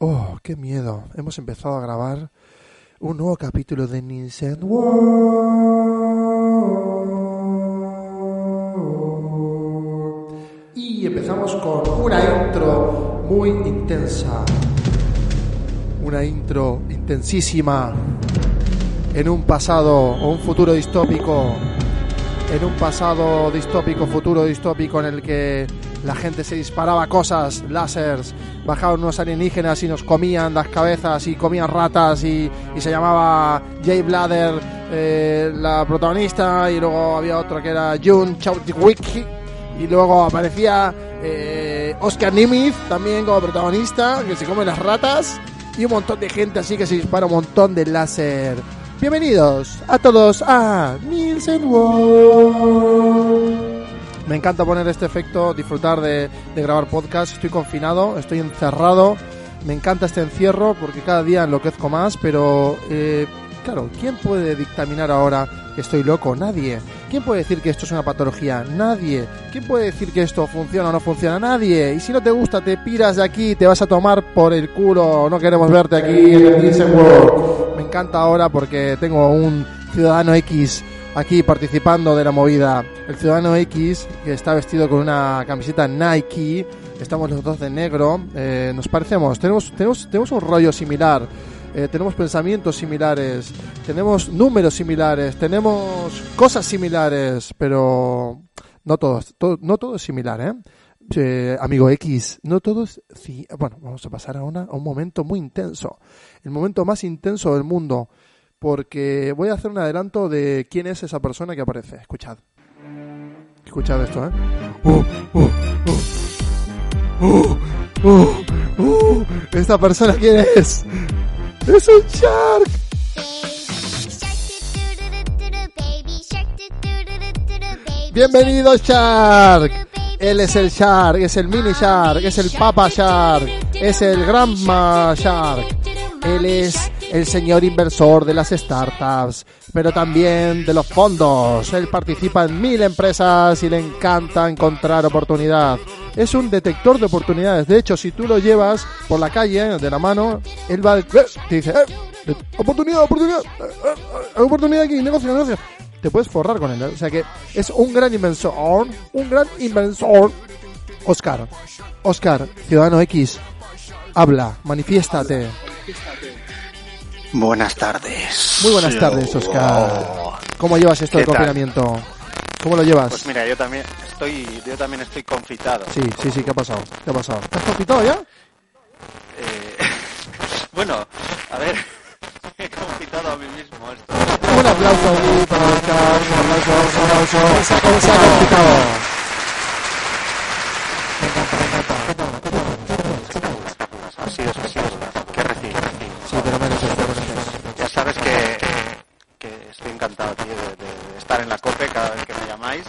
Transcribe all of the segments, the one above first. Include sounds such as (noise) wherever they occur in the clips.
Oh, qué miedo. Hemos empezado a grabar un nuevo capítulo de Nintendo World. Y empezamos con una intro muy intensa. Una intro intensísima. En un pasado o un futuro distópico. En un pasado distópico, futuro distópico en el que la gente se disparaba cosas, lásers, bajaban unos alienígenas y nos comían las cabezas y comían ratas y, y se llamaba Jay Blader eh, la protagonista y luego había otro que era June Chadwick y luego aparecía eh, Oscar Nimitz también como protagonista que se come las ratas y un montón de gente así que se dispara un montón de láser. Bienvenidos a todos a Nielsen World. Me encanta poner este efecto, disfrutar de, de grabar podcast. Estoy confinado, estoy encerrado. Me encanta este encierro porque cada día enloquezco más, pero eh, claro, ¿quién puede dictaminar ahora que estoy loco? Nadie. ¿Quién puede decir que esto es una patología? Nadie. ¿Quién puede decir que esto funciona o no funciona? Nadie. Y si no te gusta, te piras de aquí, te vas a tomar por el culo. No queremos verte aquí en el Nielsen World. Me encanta ahora porque tengo un ciudadano X aquí participando de la movida. El ciudadano X, que está vestido con una camiseta Nike, estamos los dos de negro, eh, nos parecemos, tenemos, tenemos, tenemos un rollo similar, eh, tenemos pensamientos similares, tenemos números similares, tenemos cosas similares, pero no todos, to- no todo es similar, ¿eh? Eh, amigo X, no todos. ci- Bueno, vamos a pasar a, una- a un momento muy intenso. El momento más intenso del mundo. Porque voy a hacer un adelanto de quién es esa persona que aparece. Escuchad. Escuchad esto, ¿eh? Uh, uh, uh. Uh, uh, uh. ¿Esta persona quién es? ¡Es un shark! Bienvenido. ¡Bienvenido, shark! Él es el Shark, es el Mini Shark, es el Papa Shark, es el Grandma Shark. Él es el señor inversor de las startups, pero también de los fondos. Él participa en mil empresas y le encanta encontrar oportunidad. Es un detector de oportunidades. De hecho, si tú lo llevas por la calle eh, de la mano, él va... eh, te dice, eh, oportunidad, oportunidad, eh, eh, oportunidad aquí, negocio, negocio. Te puedes forrar con él. ¿eh? O sea que es un gran inversor, un gran inversor. Oscar, Oscar, Ciudadano X, habla, manifiéstate. Buenas tardes. Muy buenas tardes, Oscar. ¿Cómo llevas esto del ¿Qué tal? confinamiento? ¿Cómo lo llevas? Pues mira, yo también estoy, yo también estoy confitado. sí, sí, sí, ¿qué ha pasado? ¿Qué ha pasado? ¿Estás confitado ya? Eh, bueno, a ver, (laughs) he confitado a mí mismo. Esto. Un aplauso aquí para Oscar, un aplauso, un aplauso. Se ha confitado. Así es, así es. Qué recién, Sí, te lo mereces, te lo mereces. Ya sabes que, eh, que estoy encantado, tío, de, de- de estar en la COPE cada vez que me llamáis.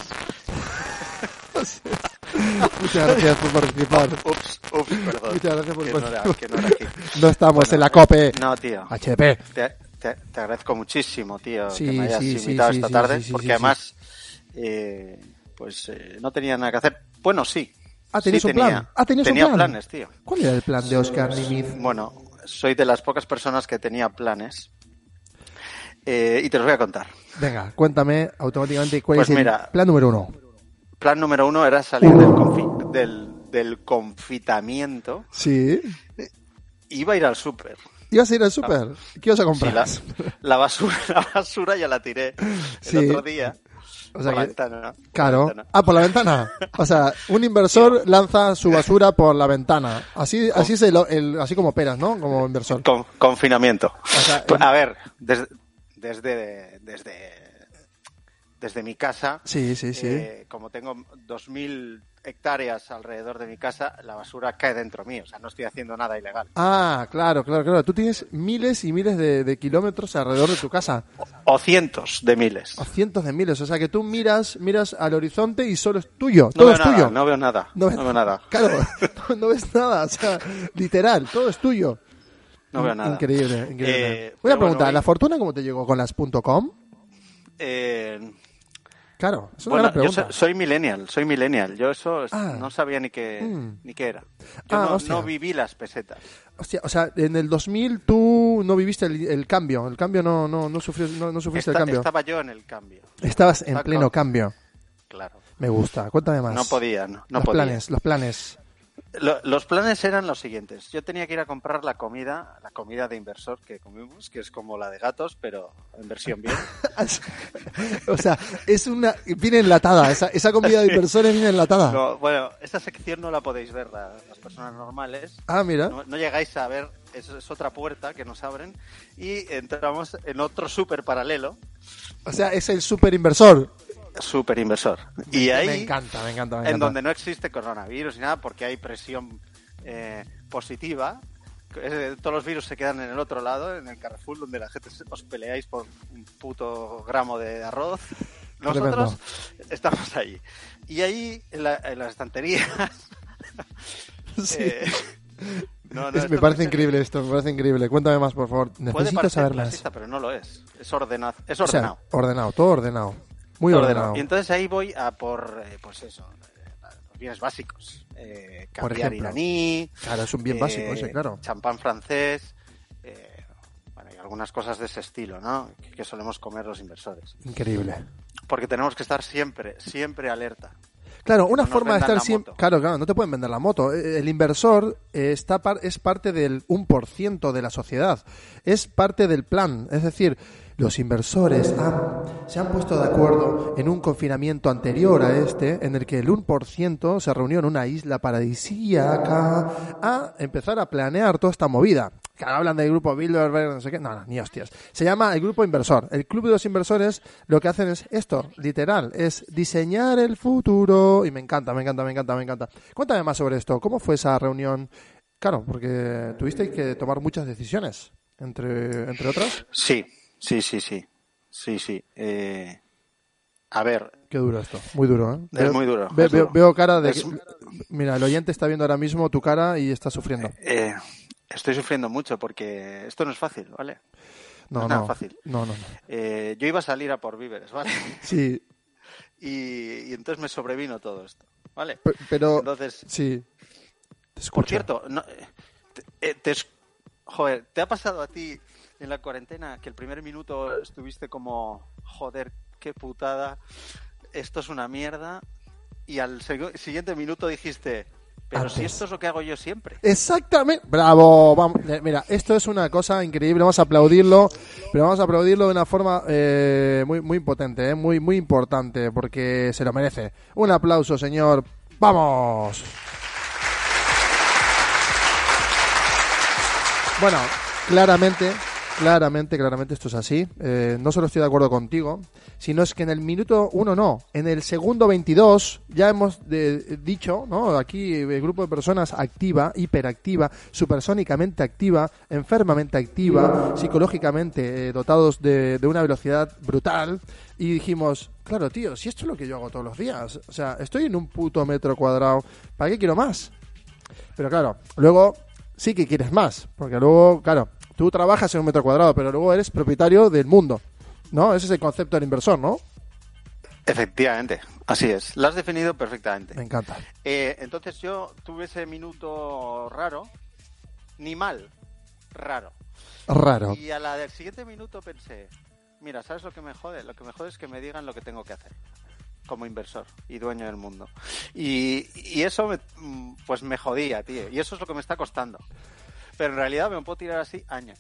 Muchas gracias por participar. Ups, ups, perdón. Muchas gracias por que no era, participar. que no era aquí. No estamos (laughs) Bueno, en la COPE. No, tío. HP. Te, te- te agradezco muchísimo, tío, Sí, que me hayas sí, sí, invitado sí, esta sí, tarde, sí, sí, porque sí, sí. además, eh, pues eh, no tenía nada que hacer. Bueno, sí. Ah, tenías Sí un tenía, plan. Ah, tenías un tenía plan. planes, tío. ¿Cuál era el plan de Oscar Nimitz? Bueno, soy de las pocas personas que tenía planes. Eh, y te los voy a contar. Venga, cuéntame automáticamente cuál Pues es el mira. plan número uno. Plan número uno era salir del, confi- del, del confitamiento. Sí. Iba a ir al súper. ¿Ibas a ir al súper? ¿Qué ibas a Sí, comprar? Ah. la, (laughs) la basura, la basura ya la tiré el Sí. otro día. O sea por la que- ventana, por la Claro. ventana. Ah, por la ventana. O sea, un (laughs) inversor lanza su basura por la ventana. Así, así se lo- el- así como operas, ¿no? Como inversor. Oh. Eh, Con- confinamiento. sea, Pues, a ver, desde, desde, desde, desde mi casa, Sí, sí, sí. eh, como tengo 2.000 hectáreas alrededor de mi casa, la basura cae dentro mío. O sea, no estoy haciendo nada ilegal. Ah, claro, claro, claro. Tú tienes miles y miles de, de kilómetros alrededor de tu casa. O cientos de miles. O cientos de miles. O sea que tú miras, miras al horizonte y solo es tuyo. No Todo veo es nada, tuyo. no veo nada. No No veo, ves- nada. Claro, (laughs) (laughs) no, no ves nada. O sea, literal, todo es tuyo. No veo nada. Increíble, increíble. Una Eh, pero bueno, pregunta, hoy- ¿la fortuna cómo te llegó? ¿Con las .com? Eh, Claro, es una Bueno, gran yo pregunta. so- soy millennial, soy millennial. Yo eso es- Ah. no sabía ni qué, Mm. ni qué era. Yo Ah, no- hostia. no viví las pesetas. Hostia, o sea, en el 2000 tú no viviste el, el cambio, el cambio no no no sufrió- no, no sufriste Esta- el cambio. Estaba yo en el cambio, Estabas en Exacto. pleno cambio. claro. Me gusta. Cuéntame más. No podía, no, no los podía. planes, los planes. (laughs) Lo- los planes eran los siguientes. Yo tenía que ir a comprar la comida, la comida de inversor que comimos, que es como la de gatos, pero en (laughs) versión bien. o sea, es una viene enlatada, esa, esa comida de inversores viene enlatada. No, bueno, esta sección no la podéis ver la- las personas normales. Ah, mira. No, no llegáis a ver, es, es otra puerta que nos abren y entramos en otro súper paralelo, O sea, es el super inversor. súper inversor. Y ahí... me encanta, me encanta, me en encanta. donde no existe coronavirus ni nada porque hay presión eh, positiva. Eh, Todos los virus se quedan en el otro lado, en el Carrefour, donde la gente se- os peleáis por un puto gramo (laughs) de arroz. Nosotros estamos ahí. Y ahí, en, la- en las estanterías... (laughs) (laughs) Sí. eh, (laughs) no, no, Es- esto me no parece es- increíble esto, me parece increíble. Cuéntame más, por favor. Puede Necesito parecer saber más. clasista, pero no lo es. Es ordenado. Es O sea, ordenado. ordenado, todo ordenado. Muy Todo ordenado. Y entonces ahí voy a por, eh, pues eso, eh, los bienes básicos. Eh, Por cambiar ejemplo. iraní. Claro, es un bien eh, básico ese, claro. Champán francés. eh, bueno, y algunas cosas de ese estilo, ¿no? Que, que solemos comer los inversores. Increíble. Porque tenemos que estar siempre, siempre alerta. Claro, una nos forma de vendan estar la siempre. moto. Claro, claro, no te pueden vender la moto. Eh, El inversor eh, está par- es parte del 1% de la sociedad. Es parte del plan. Es decir, los inversores han- se han puesto de acuerdo en un confinamiento anterior a este, en el que el 1% se reunió en una isla paradisíaca a empezar a planear toda esta movida. Que ahora hablan del grupo Bilderberg, no sé qué. No, no, ni hostias. Se llama el grupo inversor. El club de los inversores lo que hacen es esto, literal, es diseñar el futuro. Y me encanta, me encanta, me encanta, me encanta. Cuéntame más sobre esto. ¿Cómo fue esa reunión? Claro, porque tuviste que tomar muchas decisiones, entre, entre otras. Sí, sí, sí, sí. Sí, sí. Eh, a ver, Qué duro esto, muy duro, ¿eh? Veo- muy duro, ve- es duro. veo- Veo cara de... Es- Mira, el oyente está viendo ahora mismo tu cara y está sufriendo. eh, estoy sufriendo mucho porque esto no es fácil, ¿vale? No, no es nada no. fácil. No, no, no. Eh, yo iba a salir a por (laughs) víveres, ¿vale? Sí, Y, y entonces me sobrevino todo esto, ¿vale? pe- pero... Entonces, Sí. Te escucho. por cierto, no- te, eh, te es- joder, ¿te ha pasado a ti en la cuarentena que el primer minuto estuviste como, joder, qué putada, esto es una mierda? Y al segu- siguiente minuto dijiste, pero si Antes. esto es lo que hago yo siempre. Exactamente. Bravo. Vamos. Eh, Mira, esto es una cosa increíble. Vamos a aplaudirlo, pero vamos a aplaudirlo de una forma eh, muy muy potente, eh, muy muy importante, porque se lo merece. Un aplauso, señor. Vamos. Bueno, claramente, claramente, claramente esto es así. Eh, no solo estoy de acuerdo contigo, sino es que en el minuto uno no, en el segundo 22 ya hemos de- dicho, ¿no? Aquí eh, el grupo de personas activa, hiperactiva, supersónicamente activa, enfermamente activa, psicológicamente eh, dotados de, de una velocidad brutal y dijimos, claro, tío, si esto es lo que yo hago todos los días, o sea, estoy en un puto metro cuadrado, ¿para qué quiero más? Pero claro, luego sí que quieres más, porque luego, claro, tú trabajas en un metro cuadrado, pero luego eres propietario del mundo, ¿no? Ese es el concepto del inversor, ¿no? Efectivamente, así es. Lo has definido perfectamente. Me encanta. Eh, entonces yo tuve ese minuto raro, ni mal, raro. Raro. Y a la del siguiente minuto pensé, mira, ¿sabes lo que me jode? Lo que me jode es que me digan lo que tengo que hacer como inversor y dueño del mundo. Y, y eso me- mm, pues me jodía, tío. Y eso es lo que me está costando. Pero en realidad me puedo tirar así años.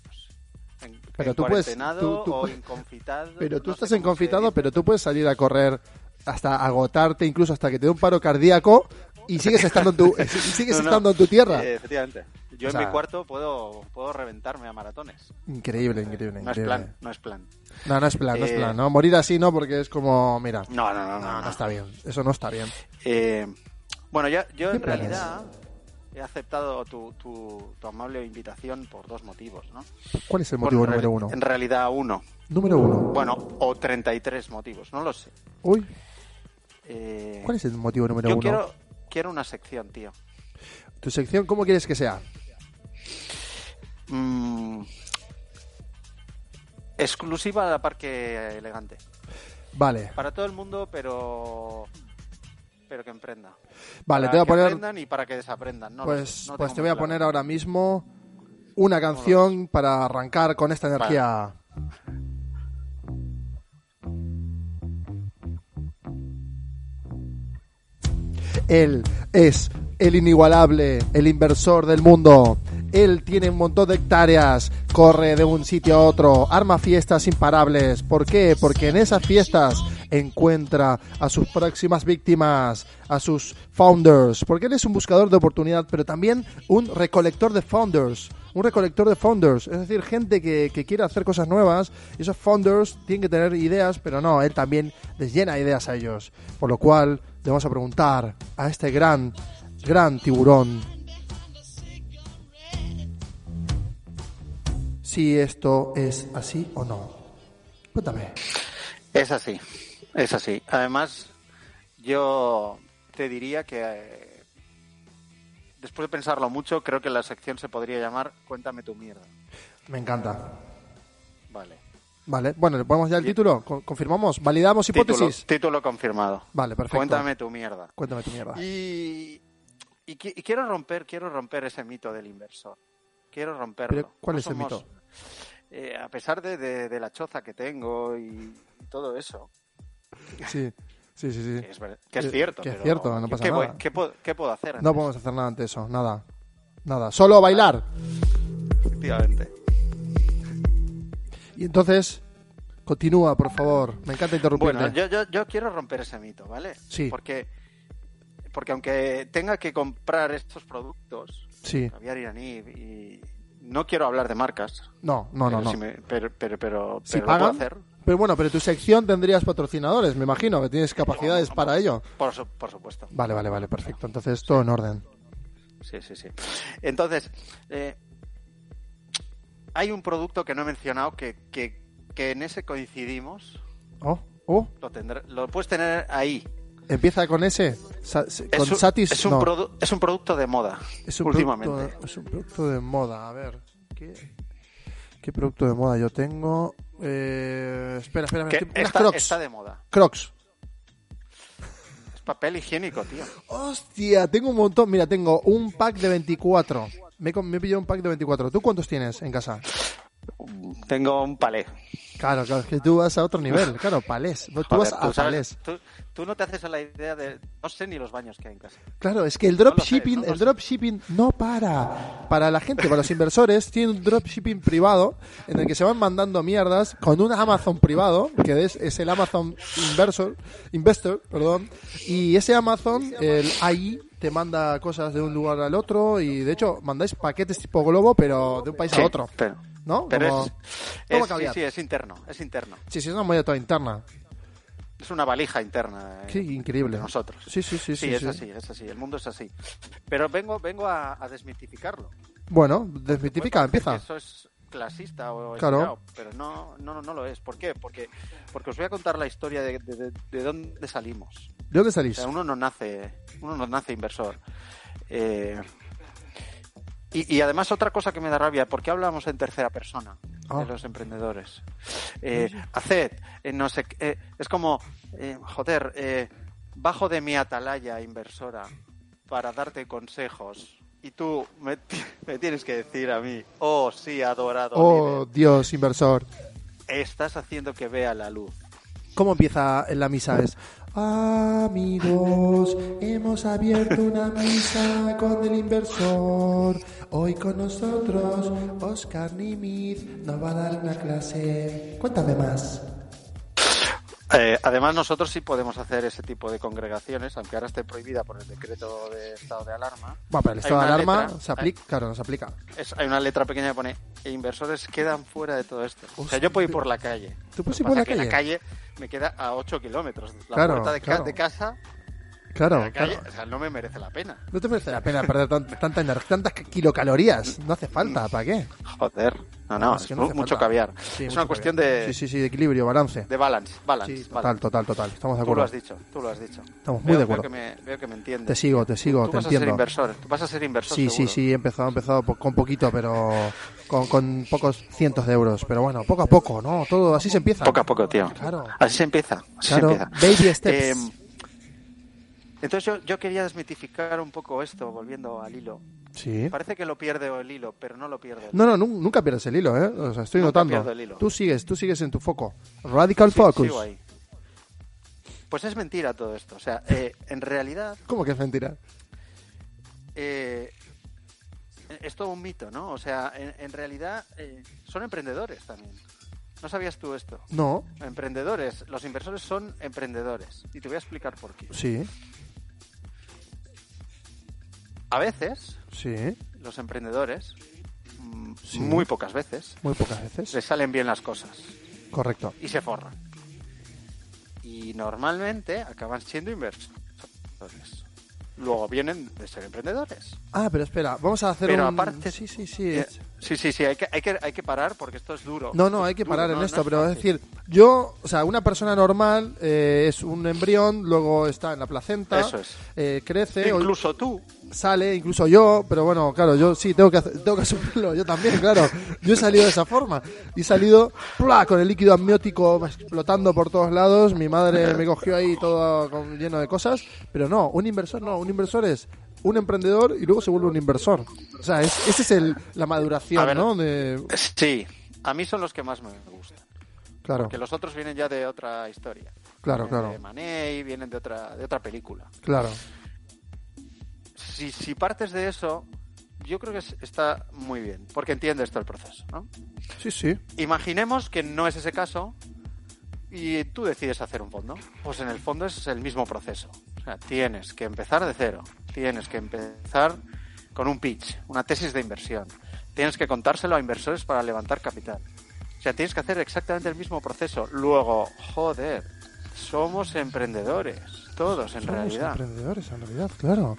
En, Pero en tú puedes- cuarentenado tú- tú- o inconfitado. Pero tú no sé estás cómo se enconfitado, dice. pero tú puedes salir a correr hasta agotarte, incluso hasta que te dé un paro cardíaco y sigues estando en (laughs) tu, y sigues No, no. estando en tu tierra. Eh, efectivamente. Yo O en sea- mi cuarto puedo, puedo reventarme a maratones. Increíble, increíble, No es increíble. plan, no es plan. No, no es plan, no es Eh, plan, ¿no? Morir así, ¿no? Porque es como, mira, No, no, no, no. no, no no. está bien. Eso no está bien. Eh, bueno, yo, yo en ¿Qué planes? realidad he aceptado tu, tu, tu amable invitación por dos motivos, ¿no? ¿Cuál es el motivo Bueno, en número reali- uno? En realidad uno. Número uno. Bueno, o 33 motivos, no lo sé. Uy, Eh, ¿cuál es el motivo número yo uno? quiero, quiero una sección, tío. ¿Tu sección cómo quieres que sea? Mm, exclusiva de la Parque Elegante. Vale, Para todo el mundo, pero pero que emprenda. vale, para te voy a que poner. aprendan y para que desaprendan. No lo pues sé, no pues tengo te voy a muy poner claro. ahora mismo una canción para arrancar con esta energía. Él es el inigualable, el inversor del mundo. Él tiene un montón de hectáreas, corre de un sitio a otro, arma fiestas imparables. ¿Por qué? Porque en esas fiestas encuentra a sus próximas víctimas, a sus founders. Porque él es un buscador de oportunidad, pero también un recolector de founders. Un recolector de founders, es decir, gente que, que quiere hacer cosas nuevas. Y esos founders tienen que tener ideas, pero no, él también les llena de ideas a ellos. Por lo cual, le vamos a preguntar a este gran, gran tiburón si esto es así o no. Cuéntame. Es así, es así. Además, yo te diría que eh, después de pensarlo mucho, creo que la sección se podría llamar Cuéntame tu mierda. Me encanta. Vale. Vale, bueno, le ponemos ya el título. Con- Confirmamos, validamos Título, hipótesis. título confirmado. Vale, perfecto. Cuéntame tu mierda. Cuéntame tu mierda. Y, y qui- y quiero romper, quiero romper ese mito del inversor. Quiero romperlo. Pero, ¿cuál No es el mito? eh, a pesar de, de- de la choza que tengo y, y todo eso, Sí, sí, sí. sí. que es, ver- que es Que- cierto. que es pero cierto, no pasa ¿qué voy- nada. qué puedo, qué puedo hacer? No podemos hacer nada ante eso, nada. Nada, solo bailar. Efectivamente. Y entonces, continúa, por favor. Me encanta interrumpirte. Bueno, yo, yo, yo quiero romper ese mito, ¿vale? Sí. Porque, porque aunque tenga que comprar estos productos, Sí, caviar iraní, y no quiero hablar de marcas, no, no, no. pero, no. si me- pero, pero, pero, Si pero lo puedo pagan. hacer. Pero bueno, pero tu sección tendrías patrocinadores, me imagino, que tienes capacidades para ello. Por, su- por supuesto. Vale, vale, vale, perfecto. Entonces, todo en orden. Sí, sí, sí. Entonces, eh, hay un producto que no he mencionado que, que, que en ese coincidimos. Oh, oh, Lo, tendré, lo puedes tener ahí. empieza con ese. Sa- se- con es un, Satis. es un no, produ- es un producto de moda es un últimamente. Producto, es un producto de moda. A ver, ¿qué, qué producto de moda yo tengo? Eh, espera, espera, me Que estoy- unas está, Crocs. está de moda. Crocs. Es papel higiénico, tío. Hostia, tengo un montón. Mira, tengo un pack de 24. Me he, com- me he pillado un pack de 24. ¿Tú cuántos tienes en casa? Tengo un palé. Claro, claro, es que tú vas a otro nivel. Claro, palés. No, Tú Joder, vas a tú sabes- palés. tú- tú no te haces a la idea de... No sé ni los baños que hay en casa. Claro, es que el lo sé, dropshipping, no lo el sé. dropshipping no para. Para la gente, para los inversores, tiene un dropshipping privado en el que se van mandando mierdas con un Amazon privado, que es, es el Amazon inversor, investor, perdón, y ese Amazon, el AI, te manda cosas de un lugar al otro y de hecho mandáis paquetes tipo globo, pero de un país Sí, a otro, Pero, ¿no? pero Como- es... como es- sí, caviar. sí, es interno. Es interno. Sí, sí, es una movida toda interna. Es una valija interna. eh, Sí, increíble. de nosotros. Sí, sí, sí, Sí, sí, es sí. así, es así. El mundo es así. Pero vengo, vengo a, a desmitificarlo. Bueno, desmitifica, Puede parecer empieza. que Eso es clasista o Ah. Claro. estirado, pero no, no, no lo es. ¿Por qué? Porque, porque os voy a contar la historia de, de- de- de dónde salimos. ¿De dónde O salís? sea, uno no nace, uno no nace inversor. Eh, y, y además otra cosa que me da rabia, ¿por qué hablamos en tercera persona Ah. de los emprendedores? Eh, haced, eh, no sé, qué, eh, es como, eh, joder, eh, bajo de mi atalaya inversora para darte consejos y tú me, (laughs) ti- me tienes que decir a mí, oh sí, adorado, Oh, Dios, inversor. líder, estás haciendo que vea la luz. ¿Cómo empieza en la misa? Es Amigos, hemos abierto una misa con el inversor. Hoy con nosotros, Oscar Nimitz nos va a dar una clase. Cuéntame más. Eh, además, nosotros sí podemos hacer ese tipo de congregaciones, aunque ahora esté prohibida por el decreto de estado de alarma. Bueno, pero el Hay estado de una alarma letra- se aplica. Claro, no se aplica. Hay, es- hay una letra pequeña que pone: "E inversores quedan fuera de todo esto. o sea, yo puedo ir por la calle. ¿Tú puedes ir Lo que por la pasa es que calle? me queda a 8 kilómetros. La Claro, puerta de, ca- claro. de casa, Claro, la calle, claro. o sea, no me merece la pena. No te merece la pena perder tan- tanta ener- tantas kilocalorías. No hace falta, ¿para qué? Joder. No, no, Es es, que no mu- hace mucho falta. caviar. Sí, es mucho una cuestión caviar. de, Sí, sí, sí, de equilibrio, balance. de balance. balance, Sí, total, balance. total, total. Estamos de Tú lo acuerdo. has dicho, tú lo has dicho. Estamos muy Veo- de veo acuerdo. que me- Veo que me entiendes. Te sigo, te sigo, Tú te vas a ser entiendo. inversor, tú vas a ser inversor. Sí, sí, seguro. sí, he empezado, he empezado po- con poquito, pero con, con pocos cientos de euros. Pero bueno, poco a poco, ¿no? Todo así se empieza. Poco a poco, tío. Ah, Claro. Así se empieza. Así Claro, se empieza. baby steps. Eh, entonces yo, yo quería desmitificar un poco esto, volviendo al hilo. Sí. Parece que lo pierde el hilo, pero no lo pierde. No, no, nun- nunca pierdes el hilo, ¿eh? O sea, estoy Nunca notando. pierdo el hilo. Tú sigues, tú sigues en tu foco. Radical Focus. Sigo ahí. Pues es mentira todo esto. O sea, eh, en realidad ¿Cómo que es mentira? eh, es todo un mito, ¿no? O sea, en, en realidad eh, son emprendedores también. ¿No sabías tú esto? No, Emprendedores. Los inversores son emprendedores. Y te voy a explicar por qué. sí, A veces, sí, los emprendedores, mm, Sí. muy pocas veces, muy pocas veces. les salen bien las cosas Correcto. y se forran. Y normalmente acaban siendo inversores. Luego vienen de ser emprendedores. Ah, pero espera, vamos a hacer Pero un... aparte- Sí, sí, sí. Eh, es- Sí, sí, sí, hay que, hay, que, hay que parar porque esto es duro. No, no, Es hay que duro, parar no- en no esto, es pero es fácil. decir, yo, o sea, una persona normal eh, es un embrión, luego está en la placenta, Eso es. eh, crece, o- Incluso tú, sale, incluso yo, pero bueno, claro, yo sí tengo que, hacer- tengo que (laughs) asumirlo, yo también, claro. Yo he salido de esa forma. Y he salido ¡plá! con el líquido amniótico explotando por todos lados. Mi madre me cogió ahí todo con- lleno de cosas. Pero no, un inversor no, un inversor es un emprendedor y luego se vuelve un inversor. O sea, es- esa es el, la maduración, A ver. ¿no? De- sí, a mí son los que más me gustan. claro, Porque los otros vienen ya de otra historia. claro, Vienen claro, De Mané y vienen de otra, de otra película. claro. si, si partes de eso, yo creo que es- está muy bien, porque entiendes todo el proceso. ¿no? Sí, sí. Imaginemos que no es ese caso y tú decides hacer un fondo. Pues en el fondo es el mismo proceso. O sea, tienes que empezar de cero, tienes que empezar con un pitch, una tesis de inversión, tienes que contárselo a inversores para levantar capital. O sea, tienes que hacer exactamente el mismo proceso. Luego, joder, somos emprendedores, todos en Somos realidad. emprendedores, en realidad, claro.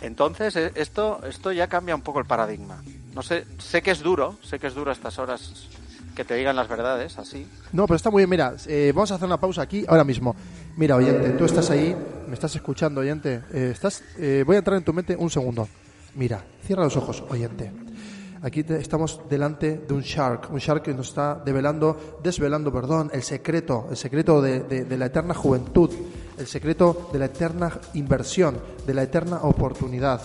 Entonces, eh, esto, esto ya cambia un poco el paradigma. No sé, sé que es duro, sé que es duro a estas horas que te digan las verdades, así. No, pero está muy bien. Mira, eh, vamos a hacer una pausa aquí ahora mismo. Mira, oyente, tú estás ahí, me estás escuchando, oyente. Eh, estás, eh, voy a entrar en tu mente un segundo. Mira, cierra los ojos, oyente. Aquí te- estamos delante de un shark, un shark que nos está develando, desvelando, perdón, el secreto, el secreto de, de- de la eterna juventud, el secreto de la eterna inversión, de la eterna oportunidad.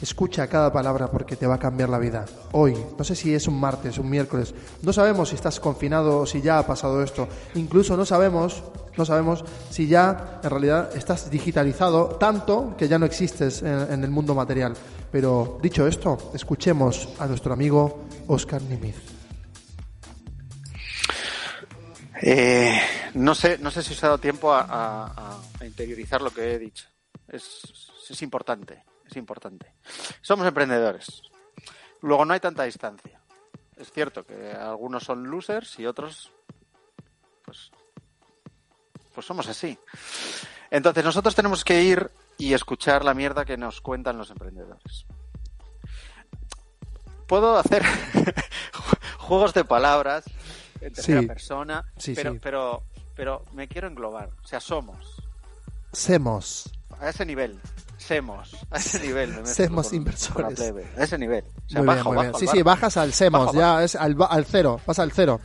Escucha cada palabra porque te va a cambiar la vida. Hoy, no sé si es un martes, un miércoles, no sabemos si estás confinado o si ya ha pasado esto. Incluso no sabemos, no sabemos si ya en realidad estás digitalizado tanto que ya no existes en, en el mundo material. Pero dicho esto, escuchemos a nuestro amigo Oscar Nimiz. Eh, no sé, no sé si os ha dado tiempo a, a- a interiorizar lo que he dicho. Es, es importante, es importante. Somos emprendedores. Luego no hay tanta distancia. Es cierto que algunos son losers y otros, pues, pues somos así. Entonces nosotros tenemos que ir y escuchar la mierda que nos cuentan los emprendedores. Puedo hacer (laughs) juegos de palabras en tercera Sí. persona, Sí, pero, sí. pero, pero me quiero englobar. O sea, somos. Semos. A ese nivel. Semos. A ese nivel. me meto Semos con- con la inversores. plebe, A ese nivel. O sea, Muy bien, bajo, muy bien. bajo al Sí, sí, barro. bajas al Semos, Bajo, ya es al, ba- al cero, vas al cero.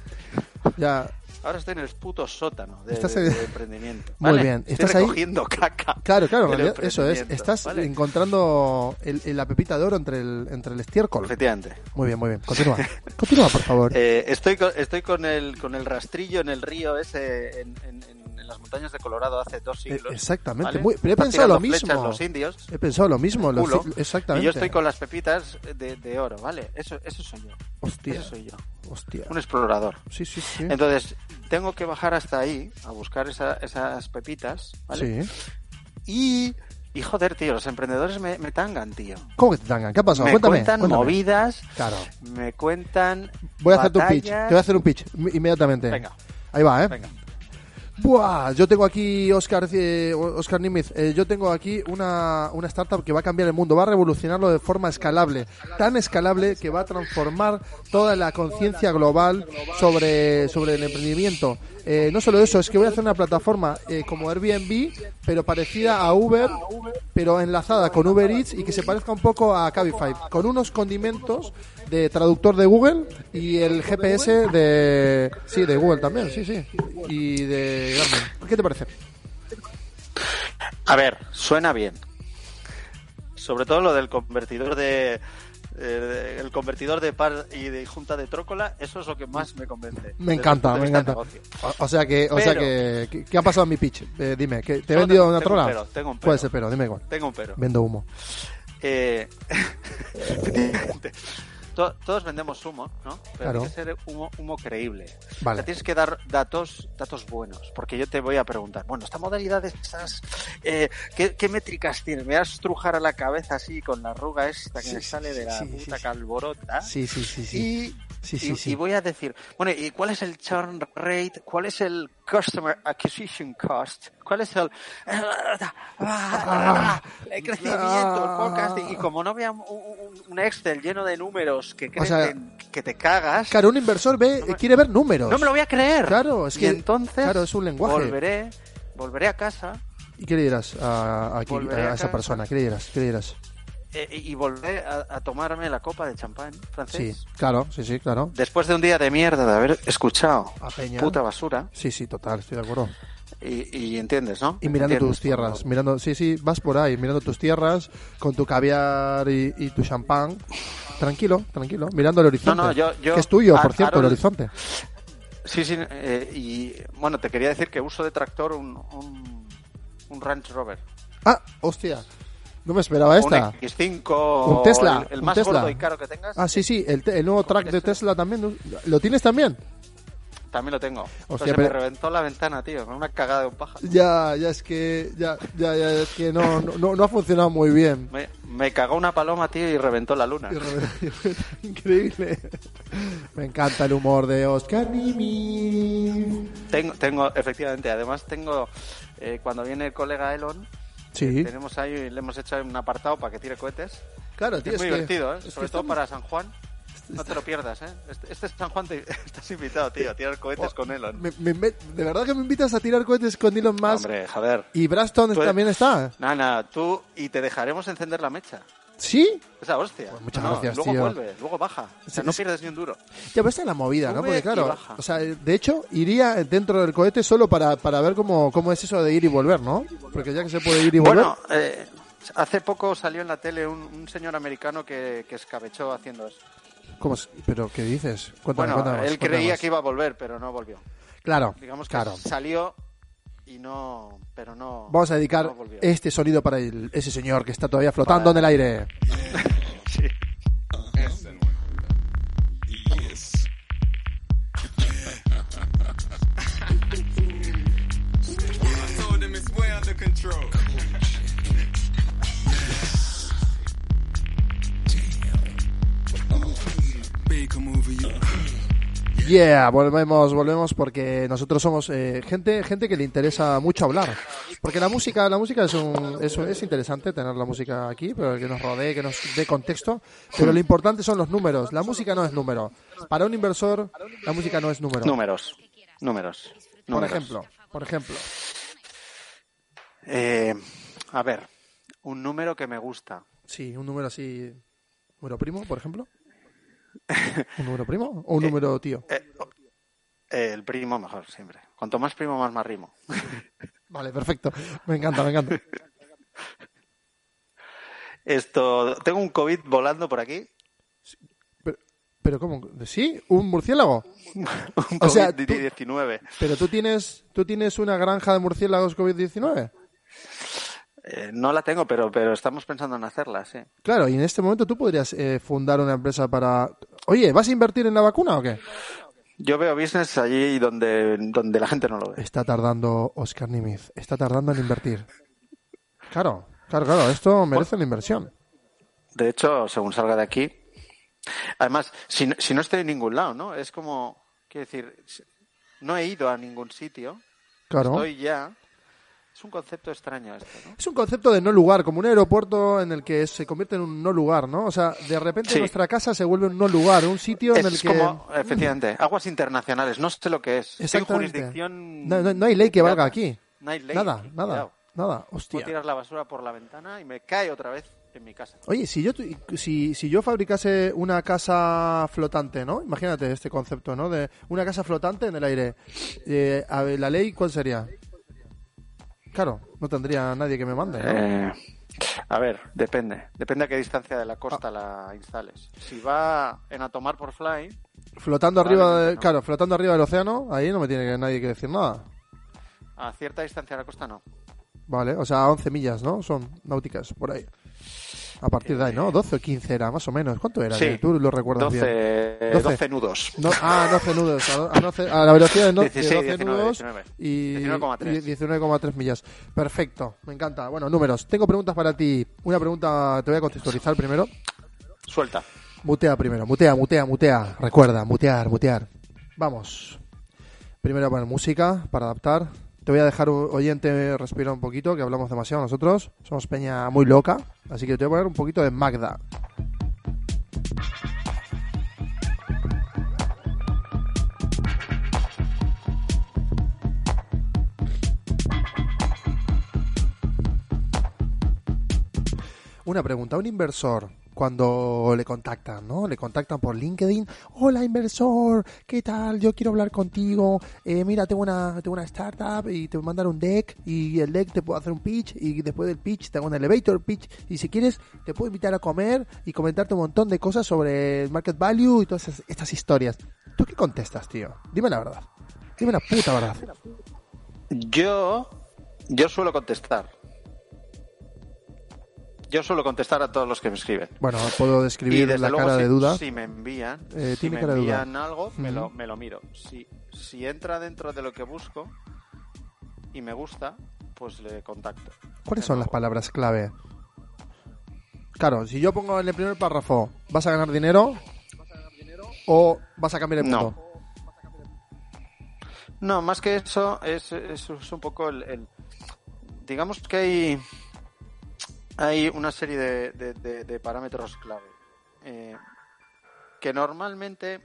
Ya, Ahora estoy en el puto sótano de, Estás de- en- de emprendimiento. Muy ¿vale? bien, Estoy ¿estás ahí? recogiendo caca. Claro, claro, en del realidad eso es. emprendimiento, Estás ¿vale? encontrando el- el- la pepita de oro entre el, entre el estiércol. Efectivamente. Muy bien, muy bien. (laughs) Continúa. Continúa, por favor. Eh, estoy con, estoy con el con el rastrillo en el río ese en, en- en- en las montañas de Colorado hace dos siglos. Eh, exactamente, ¿vale? muy- pero he Están pensado lo tirando flechas mismo. Los indios. He pensado lo mismo. lo- culo, exactamente. Y yo estoy con las pepitas de, de oro, ¿vale? Eso eso soy yo. Hostia, Eso soy yo. hostia. Un explorador. Sí, sí, sí. Entonces, tengo que bajar hasta ahí a buscar esa- esas pepitas, ¿vale? Sí. Y, y joder, tío, los emprendedores me, me tangan, tío. ¿Cómo que te tangan? ¿Qué ha pasado? me cuéntame. cuentan cuéntame. movidas, Claro. me cuentan. Voy a hacer tu pitch. batallas. Te voy a hacer un pitch im- inmediatamente. Venga. Ahí va, ¿eh? Venga. Buah, yo tengo aquí, Oscar, eh, Oscar Nimitz, eh, yo tengo aquí una, una startup que va a cambiar el mundo, va a revolucionarlo de forma escalable, tan escalable que va a transformar toda la conciencia global sobre, sobre el emprendimiento. Eh, no solo eso, es que voy a hacer una plataforma eh, como Airbnb, pero parecida a Uber, pero enlazada con Uber Eats y que se parezca un poco a Cabify, con unos condimentos de traductor de Google y el GPS de... Sí, de Google también, sí, sí. Y de... Garmin. ¿Qué te parece? A ver, suena bien. Sobre todo lo del convertidor de. eh, el convertidor de par y de junta de trócola, eso es lo que más me convence. Me desde encanta, el punto de me vista encanta. de negocio. O, o sea que, o sea Pero- que, ¿qué- ¿qué ha pasado en mi pitch? Eh, dime, ¿que ¿te he No, vendido tengo- una tengo un trola? pero, tengo un Puede pero. ser, pero dime igual. Tengo un pero. Vendo humo. Eh, (laughs) efectivamente, to- todos vendemos humo, ¿no? Pero Claro. tiene que ser humo, humo creíble. O sea, Vale. tienes que dar datos, datos buenos, porque yo te voy a preguntar, bueno, esta modalidad estas, eh, ¿qué, qué métricas tiene? Me vas a estrujar a la cabeza así con la arruga esta que Sí, me sí, sale sí, de la sí, sí, puta sí. calborota. Sí, sí, sí, sí. Y, Sí, y- sí, sí. y voy a decir, bueno, ¿y cuál es el churn rate? ¿Cuál es el customer acquisition cost? ¿Cuál es el, Ah. el crecimiento, el forecasting? Y como no vea un, un- un Excel lleno de números que O sea, crecen, que te cagas, Claro, un inversor ve, No me- quiere ver números. no me lo voy a creer. Claro, es Y que- entonces claro, es un lenguaje. Volveré, volveré a casa ¿Y qué le dirás a, a- aquí- Volveré a a esa casa. persona? ¿Qué le dirás? ¿Qué le dirás? eh, y y volveré a, a tomarme la copa de champán Sí, francés. claro, sí, sí, claro. Después de un día de mierda de haber escuchado A Peña. puta basura Sí, sí, total, estoy de acuerdo. y, y entiendes, ¿no? Y mirando Entiendes, tus tierras, ¿no? mirando, sí, sí, vas por ahí, mirando tus tierras, con tu caviar y, y tu champán. Tranquilo, tranquilo, mirando el horizonte. No, no, yo- yo- que es tuyo, por Ar- cierto, el Harold- horizonte. Sí, sí. eh, y bueno, te quería decir que uso de tractor un, un, un Range Rover. Ah, hostia, no me esperaba esta. Un X5. Un Tesla, El, el un más Tesla. gordo y caro que tengas. Ah, sí, sí, el, te- el nuevo track este- de Tesla también. ¿no? ¿Lo tienes también? También lo tengo. Hostia, Pero se pero- me reventó la ventana, tío. Con una cagada de un paja. Ya, ya es que, ya, ya, ya es que no, no- no, no ha funcionado muy bien. Me, me cagó una paloma, tío, y reventó la luna. (laughs) Increíble. Me encanta el humor de Oscar Nimi. Tengo, tengo, efectivamente, además tengo, eh, cuando viene el colega Elon, Sí, tenemos ahí, le hemos hecho un apartado para que tire cohetes. claro, tío. es muy que- divertido, ¿eh? es que sobre todo estamos- para San Juan. No te lo pierdas, ¿eh? Este, este San Juan te, (laughs) estás invitado, tío, a tirar cohetes con Elon. Oh, me- me- me- de verdad que me invitas a tirar cohetes con Elon Musk. Hombre, joder. Y Braston Tú- también está. Nana, tú y te dejaremos encender la mecha. ¿Sí? Esa hostia. Pues muchas No, no, gracias, Luego tío. vuelve, luego baja. O Sí, sea, no es- pierdes ni un duro. Ya ves la movida, ¿no? Sube Porque y claro, baja. o sea, de hecho, iría dentro del cohete solo para, para ver cómo, cómo es eso de ir y volver, ¿no? Porque ya que se puede ir y volver. Bueno, eh, hace poco salió en la tele un, un señor americano que, que escabechó haciendo eso. ¿Cómo es? ¿Pero qué dices? Cuéntame, bueno, cuéntame más, él cuéntame creía más. que iba a volver, pero no volvió. Claro, Digamos que claro. salió y no, pero no. Vamos a dedicar no volvió. este sonido para el- ese señor que está todavía flotando Para- en el aire. told him it's way under control. Big come over you. Yeah, volvemos, volvemos porque nosotros somos eh, gente, gente que le interesa mucho hablar. Porque la música, la música es un, es, un- es interesante tener la música aquí, pero que nos rodee, que nos dé contexto. Pero lo importante son los números. La música no es número. Para un inversor, la música no es número. Números. Números. Por números. ejemplo, por ejemplo. Eh, a ver, un número que me gusta. Sí, un número así, número primo, por (laughs) ejemplo. ¿Un número primo o un número tío? Eh, oh, eh, el primo mejor, siempre. Cuanto más primo, más más rimo. Vale, perfecto. Me encanta, me encanta. Esto, tengo un COVID volando por aquí. (laughs) Pero, pero ¿cómo? ¿Sí? ¿Un murciélago? Un O sea, tú- COVID-19. Pero tú tienes, tú tienes una granja de murciélagos COVID-19. Eh, no la tengo, pero, pero estamos pensando en hacerla, sí. Claro, y en este momento tú podrías eh, fundar una empresa para... Oye, ¿vas a invertir en la vacuna o qué? Yo veo business allí donde, donde la gente no lo ve. Está tardando Oscar Nimitz, está tardando en invertir. Claro, claro, claro, esto merece la inversión. De hecho, según salga de aquí. Además, si, no- si no estoy en ningún lado, ¿no? Es como, quiero decir, si- no he ido a ningún sitio. Claro. Estoy ya. Es un concepto extraño esto, ¿no? Es un concepto de no lugar, como un aeropuerto en el que se convierte en un no lugar, ¿no? O sea, de repente Sí. nuestra casa se vuelve un no lugar, un sitio en el es que... como, efectivamente, aguas internacionales. No sé lo que es. Sin Exactamente. jurisdicción. No, no- no hay ley que valga Nada. aquí. No hay ley. Nada, aquí, nada, cuidado. nada. Puedo Hostia. tirar la basura por la ventana y me cae otra vez en mi casa. Oye, si yo, tu- si, si yo fabricase una casa flotante, ¿no? Imagínate este concepto, ¿no? De una casa flotante en el aire. Eh, a ver, ¿La ley cuál sería? Claro, no tendría nadie que me mande. ¿no? Eh, a ver, depende. Depende a qué distancia de la Ah. costa la instales. Si va en a tomar por fly, flotando arriba, de- probablemente no. claro, flotando arriba del océano, ahí no me tiene que, nadie que decir nada. a cierta distancia de la costa no. Vale, o sea, 11 millas, ¿no? Son náuticas, por ahí. A partir de ahí, ¿no? 12 o 15 era, más o menos. ¿Cuánto era? Eh. Sí. Tú lo recuerdas bien. 12, Doce. 12 nudos. No, ah, 12 nudos. A, do- a 12 a la velocidad de, no- de 16, 12 nudos 19, y 19,3. y 19,3 millas. Perfecto, me encanta. Bueno, números. Tengo preguntas para ti. Una pregunta te voy a contextualizar primero. Suelta. Mutea primero, mutea, mutea, mutea. Recuerda, mutear, mutear. Vamos. Primero poner música para adaptar. Te voy a dejar o- oyente respirar un poquito, que hablamos demasiado nosotros. Somos peña muy loca, así que te voy a poner un poquito de Magda. Una pregunta, un inversor, cuando le contactan, ¿no? Le contactan por LinkedIn. Hola, inversor, ¿qué tal? Yo quiero hablar contigo. Eh, mira, tengo una, tengo una startup y te voy a mandar un deck y el deck te puedo hacer un pitch y después del pitch te hago un elevator pitch y si quieres te puedo invitar a comer y comentarte un montón de cosas sobre el market value y todas esas- estas historias. ¿Tú qué contestas, tío? Dime la verdad. Dime la puta verdad. Yo, yo suelo contestar. Yo suelo contestar a todos los que me escriben. Bueno, puedo Y describir desde la luego, cara si, de duda. si me envían, Eh, si tiene me cara de duda. envían algo, me, lo, Ujú. me lo miro. Si, si entra dentro de lo que busco y me gusta, pues le contacto. ¿Cuáles son las palabras clave? Claro, si yo pongo en el primer párrafo, ¿vas a ganar dinero? ¿O vas a cambiar el No. mundo? No, más que eso, es, es- es un poco el, el- Digamos que hay. Hay una serie de, de- de- de parámetros clave. eh, que normalmente.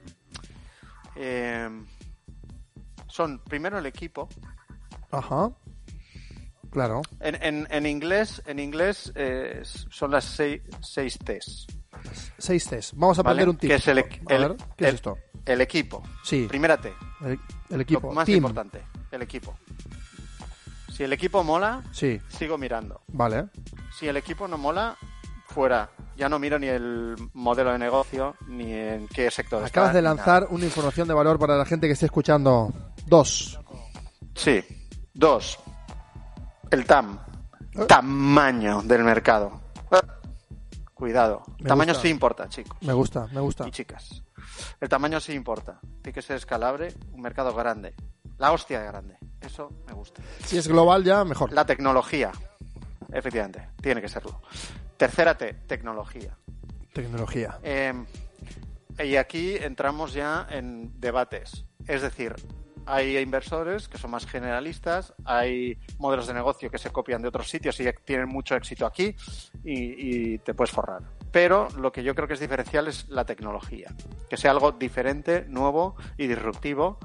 eh, son primero el equipo. Ajá. Claro. En, en- en inglés, en inglés eh, son las seis, seis T's. Seis test. Vamos a ¿vale? aprender un tip. Que es el, a equ- el- ver, ¿qué es el- esto? El equipo. Sí, Primera T. el, el equipo. Lo más Team. importante. El equipo. Si el equipo mola, Sí, sigo mirando. vale. Si el equipo no mola, fuera. Ya no miro ni el modelo de negocio, ni en qué sector Pues está, Acabas de ni nada. lanzar una información de valor para la gente que esté escuchando. Dos. Sí. Dos. El TAM. Eh. Tamaño del mercado. Ah, Cuidado. Me tamaño gusta. sí importa, chicos. Me gusta, me gusta. y chicas. El tamaño sí importa. Tiene que ser escalable, un mercado grande. La hostia de grande. Eso me gusta. Si es global ya, mejor. La tecnología. Efectivamente, tiene que serlo. Tercera T, tecnología. Tecnología. Eh, y aquí entramos ya en debates. Es decir, hay inversores que son más generalistas, hay modelos de negocio que se copian de otros sitios y ya tienen mucho éxito aquí y, y te puedes forrar. Pero lo que yo creo que es diferencial es la tecnología. Que sea algo diferente, nuevo y disruptivo.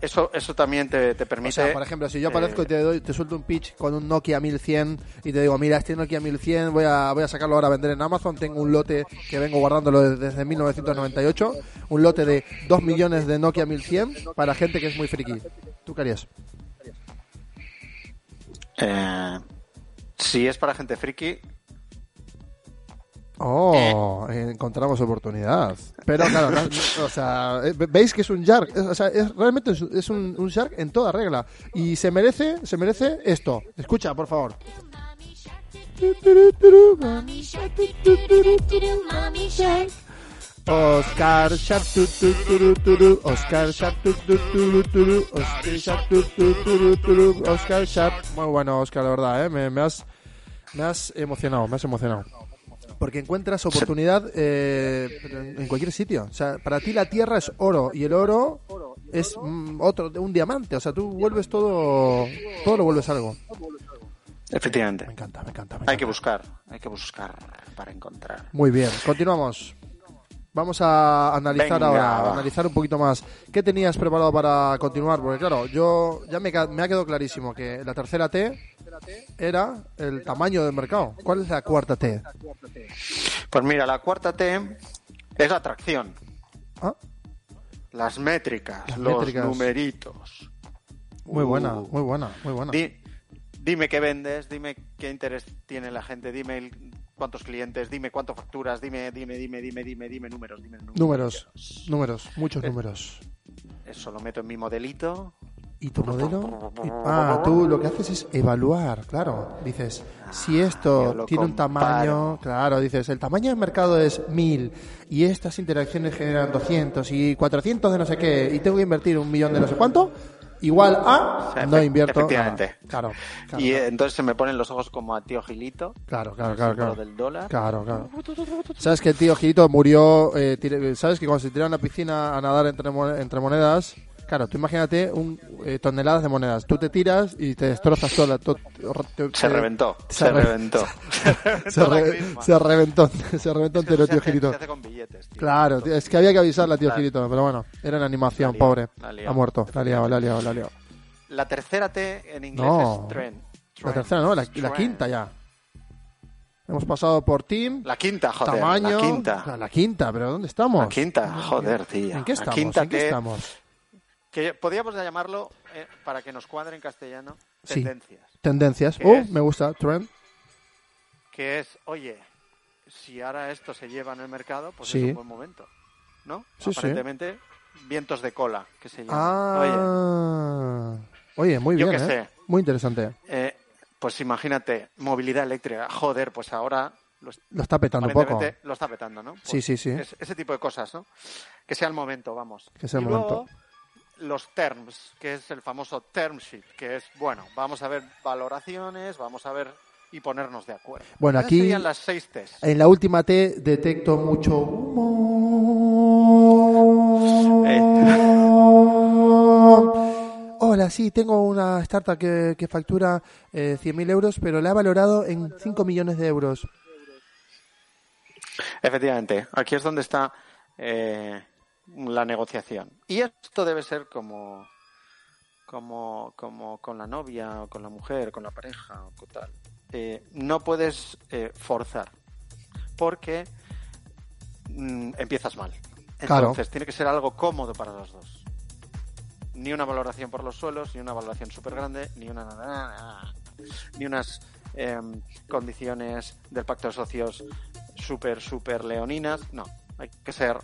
Eso, eso también te, te permite... O sea, por ejemplo, si yo aparezco eh, y te, doy, te suelto un pitch con un Nokia 1100 y te digo, mira, este Nokia 1100 voy a, voy a sacarlo ahora a vender en Amazon, tengo un lote que vengo guardándolo desde 1998, un lote de 2 millones de Nokia 1100 para gente que es muy friki. ¿Tú qué harías? eh, si es para gente friki, Oh, encontramos oportunidad. Pero claro, no- no- o sea, eh, ve- veis que es un shark, es- o sea, es- realmente es, es un, un shark en toda regla y se merece, se merece esto. Escucha, por favor. Mommy shark, Mommy mommy shark, do-do-do-do-do, mommy shark. Oscar Sharp, tu, tu, turu, turu. Oscar Sharp, tu, tu, turu, turu. Oscar Sharp, tu, tu, turu, turu. Oscar Sharp. Muy bueno, Oscar, la verdad, ¿eh? me, me has, me has emocionado, me has emocionado. Porque encuentras oportunidad eh, pero en en cualquier sitio. O sea, para ti la tierra es oro y el oro es mm, otro, un diamante. O sea, tú vuelves todo, todo lo vuelves algo. Me Efectivamente. encanta, me encanta. me Hay que encanta. buscar, hay que buscar para encontrar. Muy bien, continuamos. Vamos a analizar Venga, ahora, a va. analizar un poquito más. ¿Qué tenías preparado para continuar? Porque claro, yo ya me, ca- me ha quedado clarísimo que la tercera T era el tamaño del mercado. ¿Cuál es la cuarta T? Pues mira, la cuarta T es la atracción. Ah, Las métricas, Las los métricas. numeritos. Muy Uh. buena, muy buena, muy buena. Di- dime qué vendes, dime qué interés tiene la gente, dime el- cuántos clientes, dime cuánto facturas, dime, dime, dime, dime, dime, dime números, dime números. Números, números, muchos números. Eso lo meto en mi modelito. ¿Y tu modelo? Y- Ah, tú lo que haces es evaluar, claro. Dices, si Ah, yo esto lo tiene un tamaño, comparo. claro, dices, el tamaño del mercado es 1000 y estas interacciones generan 200 y 400 de no sé qué y tengo que invertir un millón de no sé cuánto, igual (laughs) a sea, no efe- invierto. nada. efectivamente. Claro, claro, y eh, entonces se me ponen los ojos como a tío Gilito, claro, claro, el claro, símbolo claro. del dólar. Claro, claro. ¿Sabes que el tío Girito murió? eh, tira- ¿Sabes que cuando se tiraron a la piscina a nadar entre, mo- entre monedas? Claro, tú imagínate un, eh, toneladas de monedas. Tú te tiras y te destrozas toda la... to- te- eh, Se reventó, se, re- reventó. Se (laughs) reventó. Se, la re- crisma. se reventó, (laughs) se reventó Es que eso entero, se tío hace- Girito. Se hace con billetes, tío. Claro, tío, es que había que avisarla, tío La- Girito, pero bueno, era en animación, la lió, pobre. la lió. Ha muerto, la ha liado, la ha liado, la ha liado. La tercera T en inglés No. es trend. La Trend. tercera, ¿no? La, la Trend. quinta ya. Hemos pasado por team, La quinta, joder. tamaño... La quinta. La, la quinta, pero ¿dónde estamos? La quinta, joder, tío. ¿En qué estamos? La quinta ¿En qué que, estamos? que podríamos llamarlo, eh, para que nos cuadre en castellano, Sí. tendencias. Tendencias. ¿Qué Oh, es? me gusta. Trend. Que es, oye, si ahora esto se lleva en el mercado, pues Sí. es un buen momento. ¿No? Sí, sí. Aparentemente, vientos de cola, que se llama. Oye, Ah. Oye, muy Yo bien, qué ¿eh? Muy interesante. eh, pues imagínate, movilidad eléctrica, joder, pues ahora lo, es- Lo está petando un poco. aparentemente lo está petando, ¿no? Pues Sí, sí, sí. es- ese tipo de cosas, ¿no? Que sea el momento, vamos. Que sea el y momento. Luego, los terms, que es el famoso term sheet, que es, bueno, vamos a ver valoraciones, vamos a ver y ponernos de acuerdo. Bueno, Esas aquí- serían las seis T's. En la última T detecto mucho humo. Eh. (laughs) Hola, sí, tengo una startup que, que factura eh, 100.000 euros, pero la ha valorado en 5 millones de euros. Efectivamente, aquí es donde está eh, la negociación. Y esto debe ser como, como, como con la novia, o con la mujer, con la pareja, o con tal. Eh, no puedes eh, forzar, porque mm, empiezas mal. Entonces Claro. tiene que ser algo cómodo para los dos. Ni una valoración por los suelos, ni una valoración súper grande, ni una ni unas em, condiciones del pacto de socios súper, súper leoninas. No, hay que ser.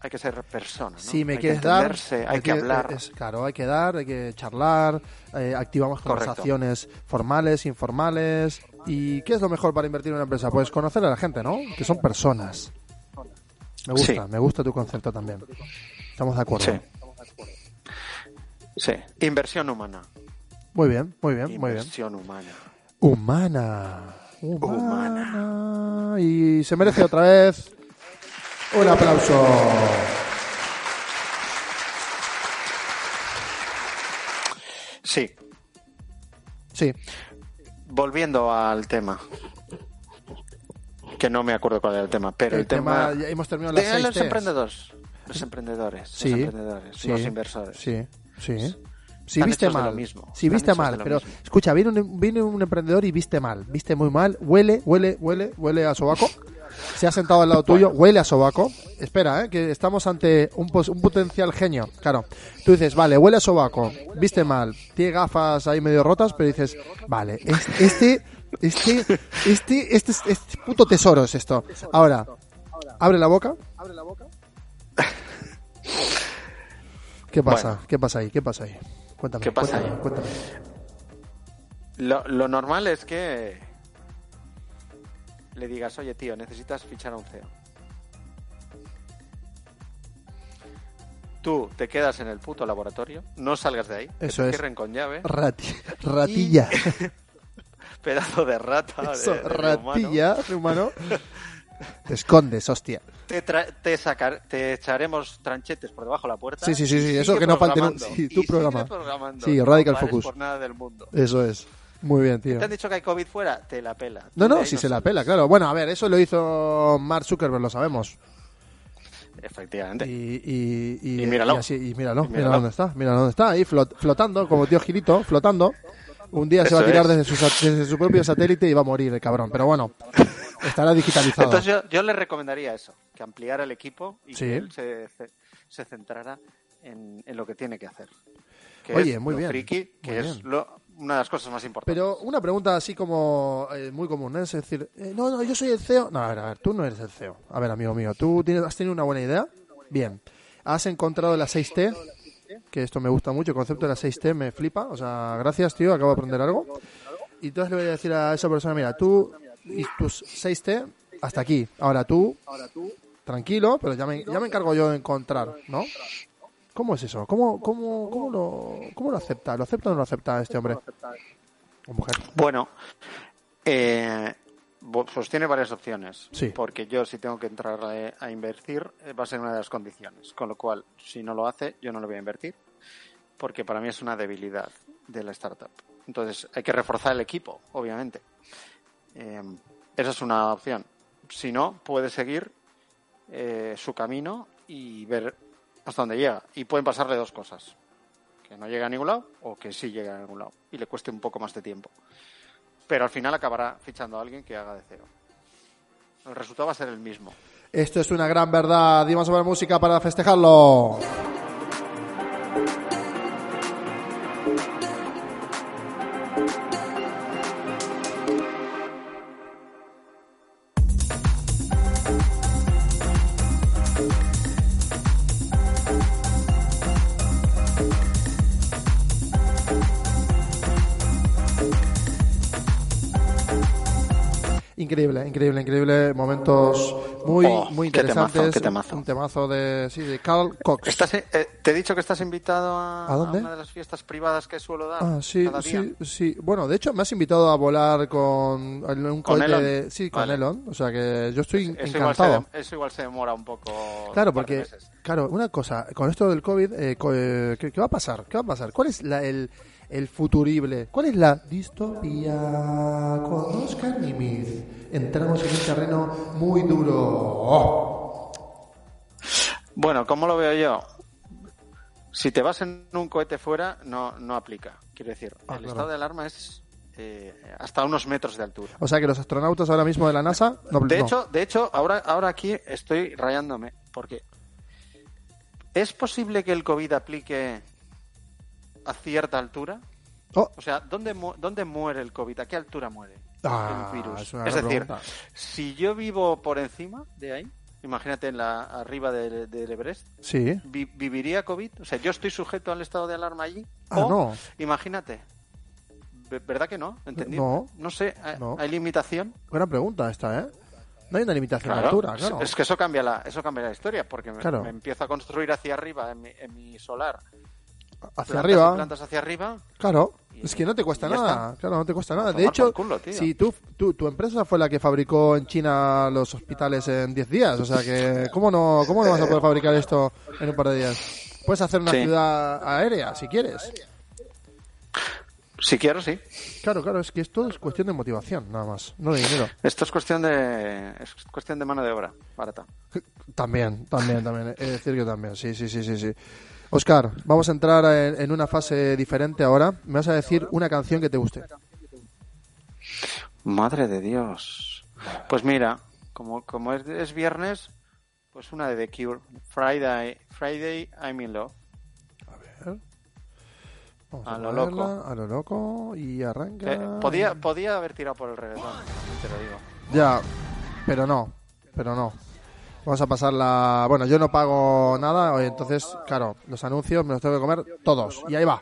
Hay que ser persona. ¿no? Si me Hay que quieres dar, entenderse, hay me que tiene- hablar. es- claro, hay que dar, hay que charlar, eh, activamos Correcto. conversaciones formales, informales. ¿Y qué es lo mejor para invertir en una empresa? Pues conocer a la gente, ¿no? Que son personas. Me gusta, Sí. me gusta tu concepto también. Estamos de acuerdo. Sí. Sí. Inversión humana. Muy bien, muy bien, muy bien. Inversión humana. Humana. Humana. Humana. Y se merece otra vez un aplauso. Sí. Sí, Volviendo al tema. Que no me acuerdo cuál era el tema, pero el, el, tema, ya hemos terminado las de seis los Ts. emprendedores. Los emprendedores. Sí, los emprendedores. sí, los inversores. Sí, sí. Si Están viste hechos de lo mal, mismo, si están viste hechos de mal, lo pero mismo. escucha, viene un, viene un emprendedor y viste mal, viste muy mal, huele, huele, huele, huele a sobaco, se ha sentado al lado tuyo, huele a sobaco, espera, eh, que estamos ante un, pos- un potencial genio, claro, tú dices, vale, huele a sobaco, viste mal, tiene gafas ahí medio rotas, pero dices, vale, es- este, este, este, este, este, este puto tesoro es esto, ahora, abre la boca, ¿qué pasa? Bueno. ¿Qué pasa ahí? ¿Qué pasa ahí? Cuéntame, ¿Qué pasa ahí? cuéntame, cuéntame. Lo, lo normal es que le digas, oye tío, necesitas fichar a un E CEO. Tú te quedas en el puto laboratorio, no salgas de ahí, que Eso te es. cierren con llave, (laughs) Rati- (laughs) ratilla. pedazo de rata, de- Eso, de, humano. ratilla, de humano. (laughs) Te escondes, hostia. Te, tra- te, sacar- te echaremos tranchetes por debajo de la puerta. Sí, sí, sí, sí, y sigue eso que no falte programando. nunca. Sí, Y tú sigue programa. programando. Sí, Radical No pares Focus. por nada del mundo. Eso es. Muy bien, tío. Te han dicho que hay COVID fuera, te la pela. No, Tú de no, ahí si no se la sales. pela, claro. Bueno, a ver, eso lo hizo Mark Zuckerberg, lo sabemos. Y, Efectivamente. y, y, Y míralo. así- y míralo, Y míralo. míralo dónde está, míralo dónde está, ahí flot- flotando, como tío Gilito, flotando. Un día se va a Eso tirar es. desde su, sat- desde su propio satélite y va a morir el cabrón. Pero bueno, (laughs) estará digitalizado. Entonces yo, yo le recomendaría eso, que ampliara el equipo y Sí. que él se, se- se centrara en, en lo que tiene que hacer. Que Oye, es muy lo bien, friki, que muy es bien. lo- una de las cosas más importantes. Pero una pregunta así como eh, muy común, ¿eh? es decir, eh, no, no, yo soy el CEO. No, a ver, a ver, tú no eres el CEO. A ver, amigo mío, tú tienes, has tenido una buena idea. Bien. Has encontrado la 6T, que esto me gusta mucho, el concepto de la 6T me flipa. O sea, gracias, tío, acabo de aprender algo. Y entonces le voy a decir a esa persona, mira, tú y tus 6T hasta aquí. Ahora tú, tranquilo, pero ya me, ya me encargo yo de encontrar, ¿no? ¿Cómo es eso? ¿Cómo, cómo, cómo, lo, ¿Cómo lo acepta? ¿Lo acepta o no lo acepta este hombre? O mujer. Bueno, eh, bo- pues tiene varias opciones. Sí. Porque yo si tengo que entrar a, a invertir eh, va a ser una de las condiciones. Con lo cual, si no lo hace, yo no lo voy a invertir. Porque para mí es una debilidad de la startup. Entonces, hay que reforzar el equipo, obviamente. Eh, esa es una opción. Si no, puede seguir eh, su camino y ver hasta dónde llega. Y pueden pasarle dos cosas. Que no llegue a ningún lado o que sí llegue a ningún lado. Y le cueste un poco más de tiempo pero al final acabará fichando a alguien que haga de cero. El resultado va a ser el mismo. Esto es una gran verdad. Y vamos a poner música para festejarlo. Increíble, increíble, increíble. Momentos muy, Oh, muy qué temazo, interesantes. qué temazo. Un temazo de, sí, de Carl Cox. Estás, eh, te he dicho que estás invitado a, ¿A dónde? a una de las fiestas privadas que suelo dar. Ah, sí, cada día. sí, sí. Bueno, de hecho me has invitado a volar con en un Con cohete Elon. de- sí, con Vale. Elon. O sea que yo estoy Eso igual, se, encantado. de- eso igual se demora un poco. Claro, un par de porque meses. claro, una cosa, con esto del COVID, eh, co- eh, ¿qué, qué va a pasar? ¿Qué va a pasar? ¿Cuál es la, el, el futurible? ¿Cuál es la distopía con Oscar Nimitz? Entramos en un terreno muy duro. Oh. Bueno, ¿cómo lo veo yo? Si te vas en un cohete fuera, no, no aplica. Quiero decir, Ah, el claro. estado de alarma es eh, hasta unos metros de altura. O sea que los astronautas ahora mismo de la NASA no De no. hecho, de hecho ahora, ahora aquí estoy rayándome, porque ¿es posible que el COVID aplique a cierta altura? Oh, O sea, ¿dónde, mu- dónde muere el COVID? ¿A qué altura muere Ah, el virus? es una gran decir, pregunta. si yo vivo por encima de ahí, imagínate en la arriba del del Everest, sí. vi- ¿viviría COVID? O sea, ¿yo estoy sujeto al estado de alarma allí? Ah, o, no. Imagínate. Ve- ¿Verdad que no? ¿Entendí? No. sé, ¿hay- No. ¿hay limitación? Gran pregunta esta, ¿eh? No hay una limitación de Claro, altura, es- claro. Es que eso cambia la, eso cambia la historia, porque me, Claro. me empiezo a construir hacia arriba en mi, en mi solar. Hacia plantas y arriba. Plantas hacia arriba. Claro, Y- es que no te cuesta y ya nada. Claro, no te cuesta nada. De tomar hecho, por culo, tío. si tú, tú- tu empresa fue la que fabricó en China los hospitales en 10 días, o sea que, ¿cómo no, cómo no vas a poder fabricar esto en un par de días? Puedes hacer una Sí. ciudad aérea si quieres. Si quiero, sí. Claro, claro, es que esto es cuestión de motivación, nada más, no de dinero. Esto es cuestión de, es cuestión de mano de obra barata. También, también, también. Es decir, que también. Sí, sí, sí, sí, sí. Oscar, vamos a entrar en, en una fase diferente ahora. Me vas a decir una canción que te guste. Madre de Dios. Pues mira, como, como es, es viernes, pues una de The Cure. Friday, Friday I'm in love. Vamos a, A lo ponerla, loco. A lo loco y arranca. Eh, podía, podía haber tirado por el reggaetón, te lo digo. Ya, pero no, pero no. Vamos a pasar la... Bueno, yo no pago nada, entonces, claro, los anuncios me los tengo que comer todos. Y ahí va.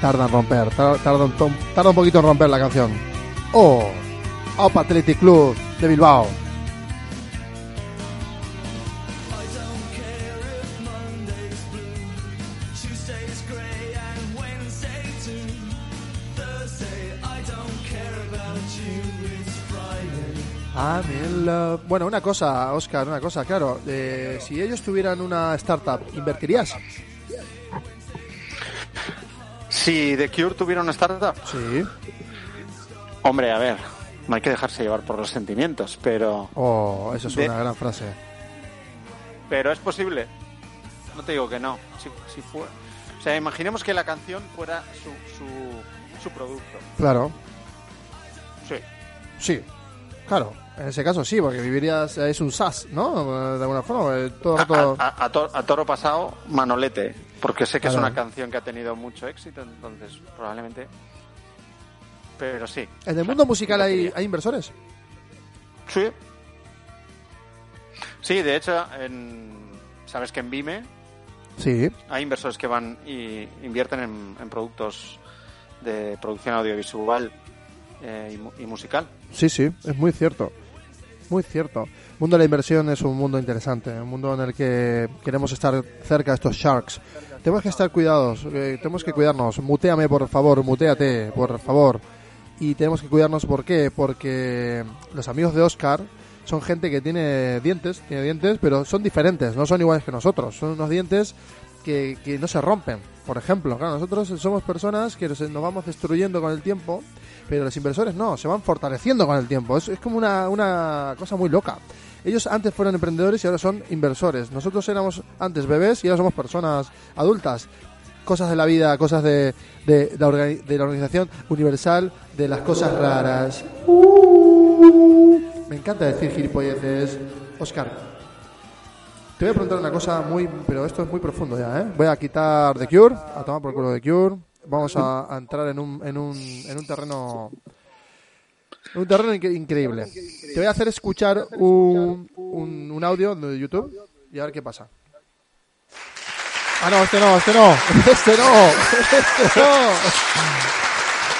tarda en romper, tar- tarda un, tom- tarda un poquito en romper la canción. O Opa Athletic Club de Bilbao. I'm in love. Bueno, una cosa, Oscar, una cosa, claro. eh, si ellos tuvieran una startup, ¿invertirías? Si The Cure tuviera una startup, Sí. hombre, a ver, no hay que dejarse llevar por los sentimientos, pero, Oh, eso es De- una gran frase. pero es posible. No te digo que no. Si, si fue, o sea, imaginemos que la canción fuera su, su, su producto. Claro, Sí. sí. Claro, en ese caso sí, porque vivirías, es un SAS, ¿no? De alguna forma, eh, todo el A, rato. a- a to- a toro pasado, Manolete, porque sé que es Claro. una canción que ha tenido mucho éxito, entonces probablemente. Pero sí. ¿En el Claro, mundo musical hay, invertiría. hay inversores? Sí. Sí, de hecho, en- sabes que en Vime Sí. hay inversores que van y invierten en, en productos de producción audiovisual eh, y, mu- y musical. Sí, sí, es muy cierto. Muy cierto. El mundo de la inversión es un mundo interesante, un mundo en el que queremos estar cerca de estos sharks. Tenemos que estar cuidados, eh, tenemos que cuidarnos. Muteame, por favor, muteate, por favor. Y tenemos que cuidarnos, ¿por qué? Porque los amigos de Oscar son gente que tiene dientes, tiene dientes, pero son diferentes, no son iguales que nosotros. Son unos dientes que, que no se rompen, por ejemplo. Claro, nosotros somos personas que nos nos vamos destruyendo con el tiempo pero los inversores no, se van fortaleciendo con el tiempo. Es, es como una, una cosa muy loca. Ellos antes fueron emprendedores y ahora son inversores. Nosotros éramos antes bebés y ahora somos personas adultas. Cosas de la vida, cosas de, de la, organi- de la Organización Universal de las Cosas Raras. Me encanta decir gilipolleces. Oscar, te voy a preguntar una cosa muy, pero esto es muy profundo ya, ¿eh? Voy a quitar The Cure, a tomar por culo The Cure. Vamos a, a entrar en un, en un, en un terreno, en un terreno incre- increíble. Te voy a hacer escuchar un, un, un audio de YouTube y a ver qué pasa. Ah, no, este no, este no, (laughs) este no, este no.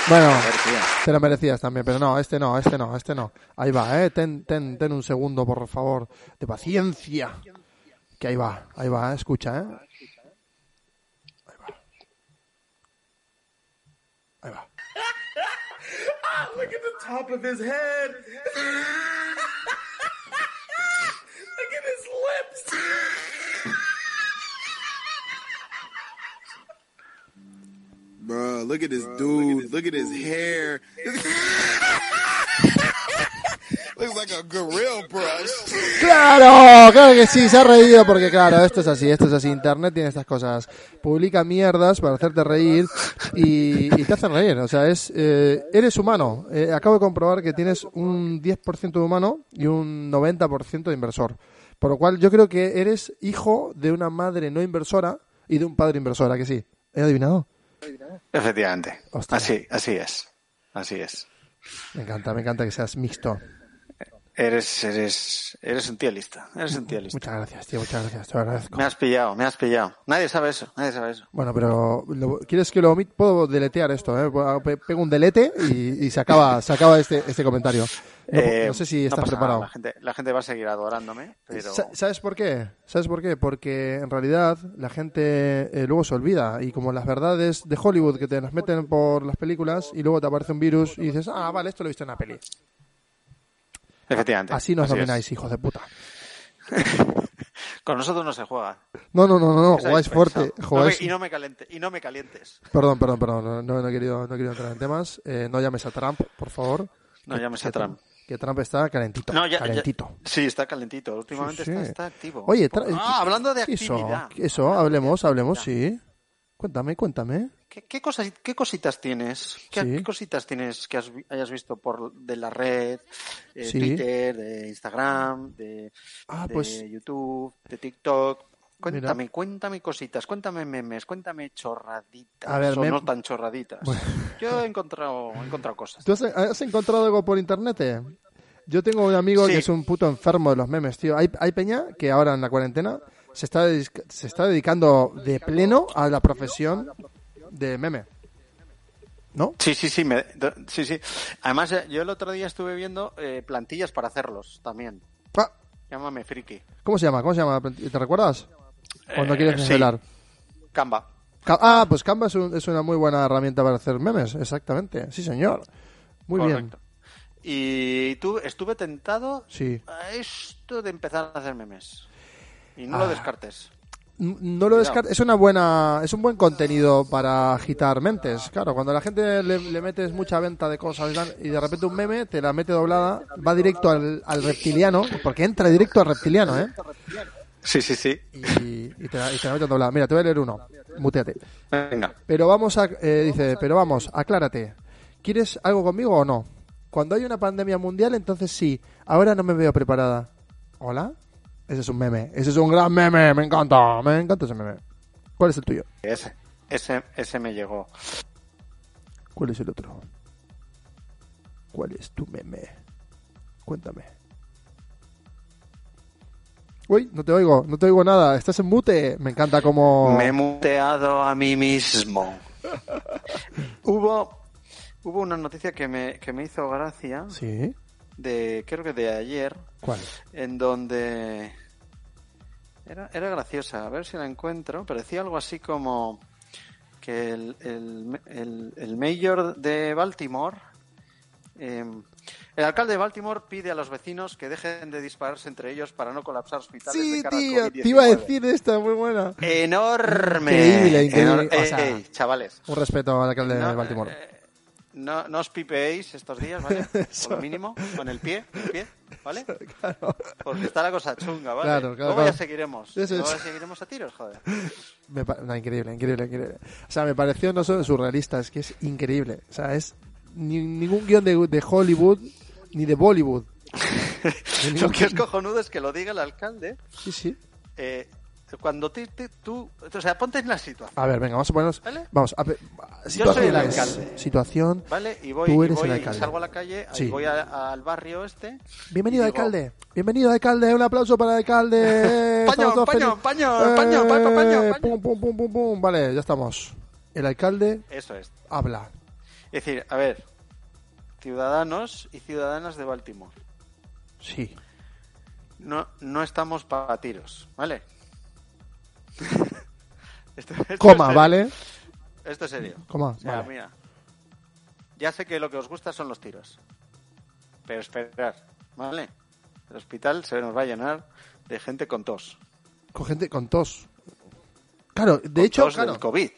Bueno, te lo merecías también, pero no, este no, este no, este no. Ahí va, eh, ten, ten, ten un segundo, por favor, de paciencia. Que ahí va, ahí va, escucha, ¿eh? Ahí va. Ahí va. Look at the top of his head. Look at his lips. Bruh, look at this dude. Look at his hair. (laughs) Looks like a gorilla brush. (laughs) ¡Claro! Claro que sí, se ha reído porque, claro, esto es así, esto es así. Internet tiene estas cosas. Publica mierdas para hacerte reír y, y te hacen reír. O sea, es eh, eres humano. Eh, acabo de comprobar que tienes un 10% de humano y un 90% de inversor. Por lo cual, yo creo que eres hijo de una madre no inversora y de un padre inversora, que sí. ¿He adivinado? Efectivamente. Hostia. Así, así es. Así es. Me encanta, me encanta que seas mixto. Eres, eres, eres un tío listo. Eres un tío listo. Muchas gracias, tío, muchas gracias, te lo agradezco. Me has pillado, me has pillado. Nadie sabe eso, nadie sabe eso. Bueno, pero lo- ¿quieres que lo omit? Puedo deletear esto, ¿eh? Pe- Pego un delete y, y se acaba, se acaba este, este comentario. No, Eh, no sé si estás pasa nada, preparado. La gente, la gente va a seguir adorándome, pero Sa- ¿Sabes por qué? ¿Sabes por qué? Porque en realidad la gente eh, luego se olvida y como las verdades de Hollywood que te las meten por las películas y luego te aparece un virus y dices, ah, vale, esto lo he visto en la peli. efectivamente. Así nos es. domináis, hijos de puta. Con nosotros no se juega. No, no, no, no, no, Os jugáis habéis fuerte. pensado. Jugáis... No me- y, no me calente- y no me calientes. Perdón, perdón, perdón, no, no, no he querido, no he querido entrar en temas. Eh, no llames a Trump, por favor. No llames a Que- Trump. Que Trump está calentito. No, ya- ya- calentito. sí, está calentito. Últimamente Sí, sí. Está, está activo. Oye, tra- Ah, hablando de eso, actividad. eso, hablemos, hablemos, sí. Cuéntame, cuéntame. ¿Qué, qué cosas, ¿Qué cositas tienes? ¿Qué, Sí. qué cositas tienes que has vi- hayas visto por de la red, de Sí. Twitter, de Instagram, de, Ah, de pues- YouTube, de TikTok? Cuéntame, cuéntame cositas, cuéntame memes, cuéntame chorraditas A ver, o mem- no tan chorraditas. Yo he encontrado, he encontrado cosas. ¿Tú has, has encontrado algo por internet? eh? Yo tengo un amigo Sí. que es un puto enfermo de los memes, tío. Hay, hay peña que ahora en la cuarentena se está, dedis- se está dedicando de pleno a la profesión de meme. ¿no? Sí, sí, sí, me- do- sí, sí. Además, eh, yo el otro día estuve viendo eh, plantillas para hacerlos también. Ah, Llámame friki. ¿Cómo se llama? ¿Cómo se llama? ¿Te recuerdas? Cuando Eh, quieres sí. desvelar. Canva. Ca- Ah, pues Canva es, un- es una muy buena herramienta para hacer memes, exactamente. Sí, señor. Muy Correcto. Y tú, estuve tentado Sí. a esto de empezar a hacer memes. Y no Ah. lo descartes. bien. N- No lo descart- es una buena, es un buen contenido para agitar mentes. Claro, cuando a la gente le, le metes mucha venta de cosas y tal, y de repente un meme te la mete doblada, va directo al, al reptiliano, porque entra directo al reptiliano, ¿eh? Sí, sí, sí. Y, y te, la, y te la mete doblada. Mira, te voy a leer uno. Muteate. Venga. Pero vamos a. eh, dice, pero vamos, aclárate. ¿Quieres algo conmigo o no? Cuando hay una pandemia mundial, entonces sí. Ahora no me veo preparada. ¿Hola? Ese es un meme. Ese es un gran meme. Me encanta. Me encanta ese meme. ¿Cuál es el tuyo? Ese, ese, ese me llegó. ¿Cuál es el otro? ¿Cuál es tu meme? Cuéntame. Uy, no te oigo. No te oigo nada. Estás en mute. Me encanta como. Me he muteado a mí (laughs) mismo. hubo, hubo una noticia que me, que me hizo gracia, ¿Sí? de creo que de ayer, ¿Cuál? en donde era, era graciosa, a ver si la encuentro, pero decía algo así como que el, el, el- el mayor de Baltimore, eh, el alcalde de Baltimore pide a los vecinos que dejen de dispararse entre ellos para no colapsar hospitales de Sí, cara al tío. Te iba a COVID-19. decir esta. Muy buena. Enorme. Increíble, increíble. Enor- O sea, Ey, ey, chavales. Un respeto al alcalde No, de Baltimore. eh, no, no os pipeéis estos (laughs) días, ¿vale? Por lo mínimo, con el pie, el pie, ¿vale? Porque está la cosa chunga, ¿vale? Claro, claro, Luego claro. ya seguiremos. Eso es. Luego ya seguiremos a tiros, (laughs) joder. Me pa- no, increíble, increíble, increíble. O sea, me pareció no solo surrealista, es que es increíble. O sea, es ni- ningún guión de, de Hollywood ni de Bollywood. De ningún- Lo que es cojonudo es que lo diga el alcalde. Sí, sí. eh, cuando te- te- tú... O sea, ponte en la situación, A ver, venga, vamos a ponernos. ¿Vale? Vamos, a ver. Yo soy el situaciones, alcalde. Situación. ¿vale? Y voy, Tú y eres voy el y alcalde. salgo a la calle, ahí Sí. voy a- al barrio este. Bienvenido, y digo, alcalde. Bienvenido, alcalde. Un aplauso para el (laughs) alcalde. Paño, Estamos todos paño, felices. Eh, paño, paño, paño, paño, paño. Pum, pum, pum, pum, pum. Vale, ya estamos. El alcalde Eso es. habla. Es decir, a ver, ciudadanos y ciudadanas de Baltimore, Sí. no, no estamos para tiros, ¿vale? (laughs) Esto- esto es Coma, serio, ¿vale? Esto es serio. Coma, O sea, vale. mira, ya sé que lo que os gusta son los tiros, pero esperar, ¿vale? El hospital se nos va a llenar de gente con tos. Con gente con tos. Claro, de con hecho, tos claro, del COVID.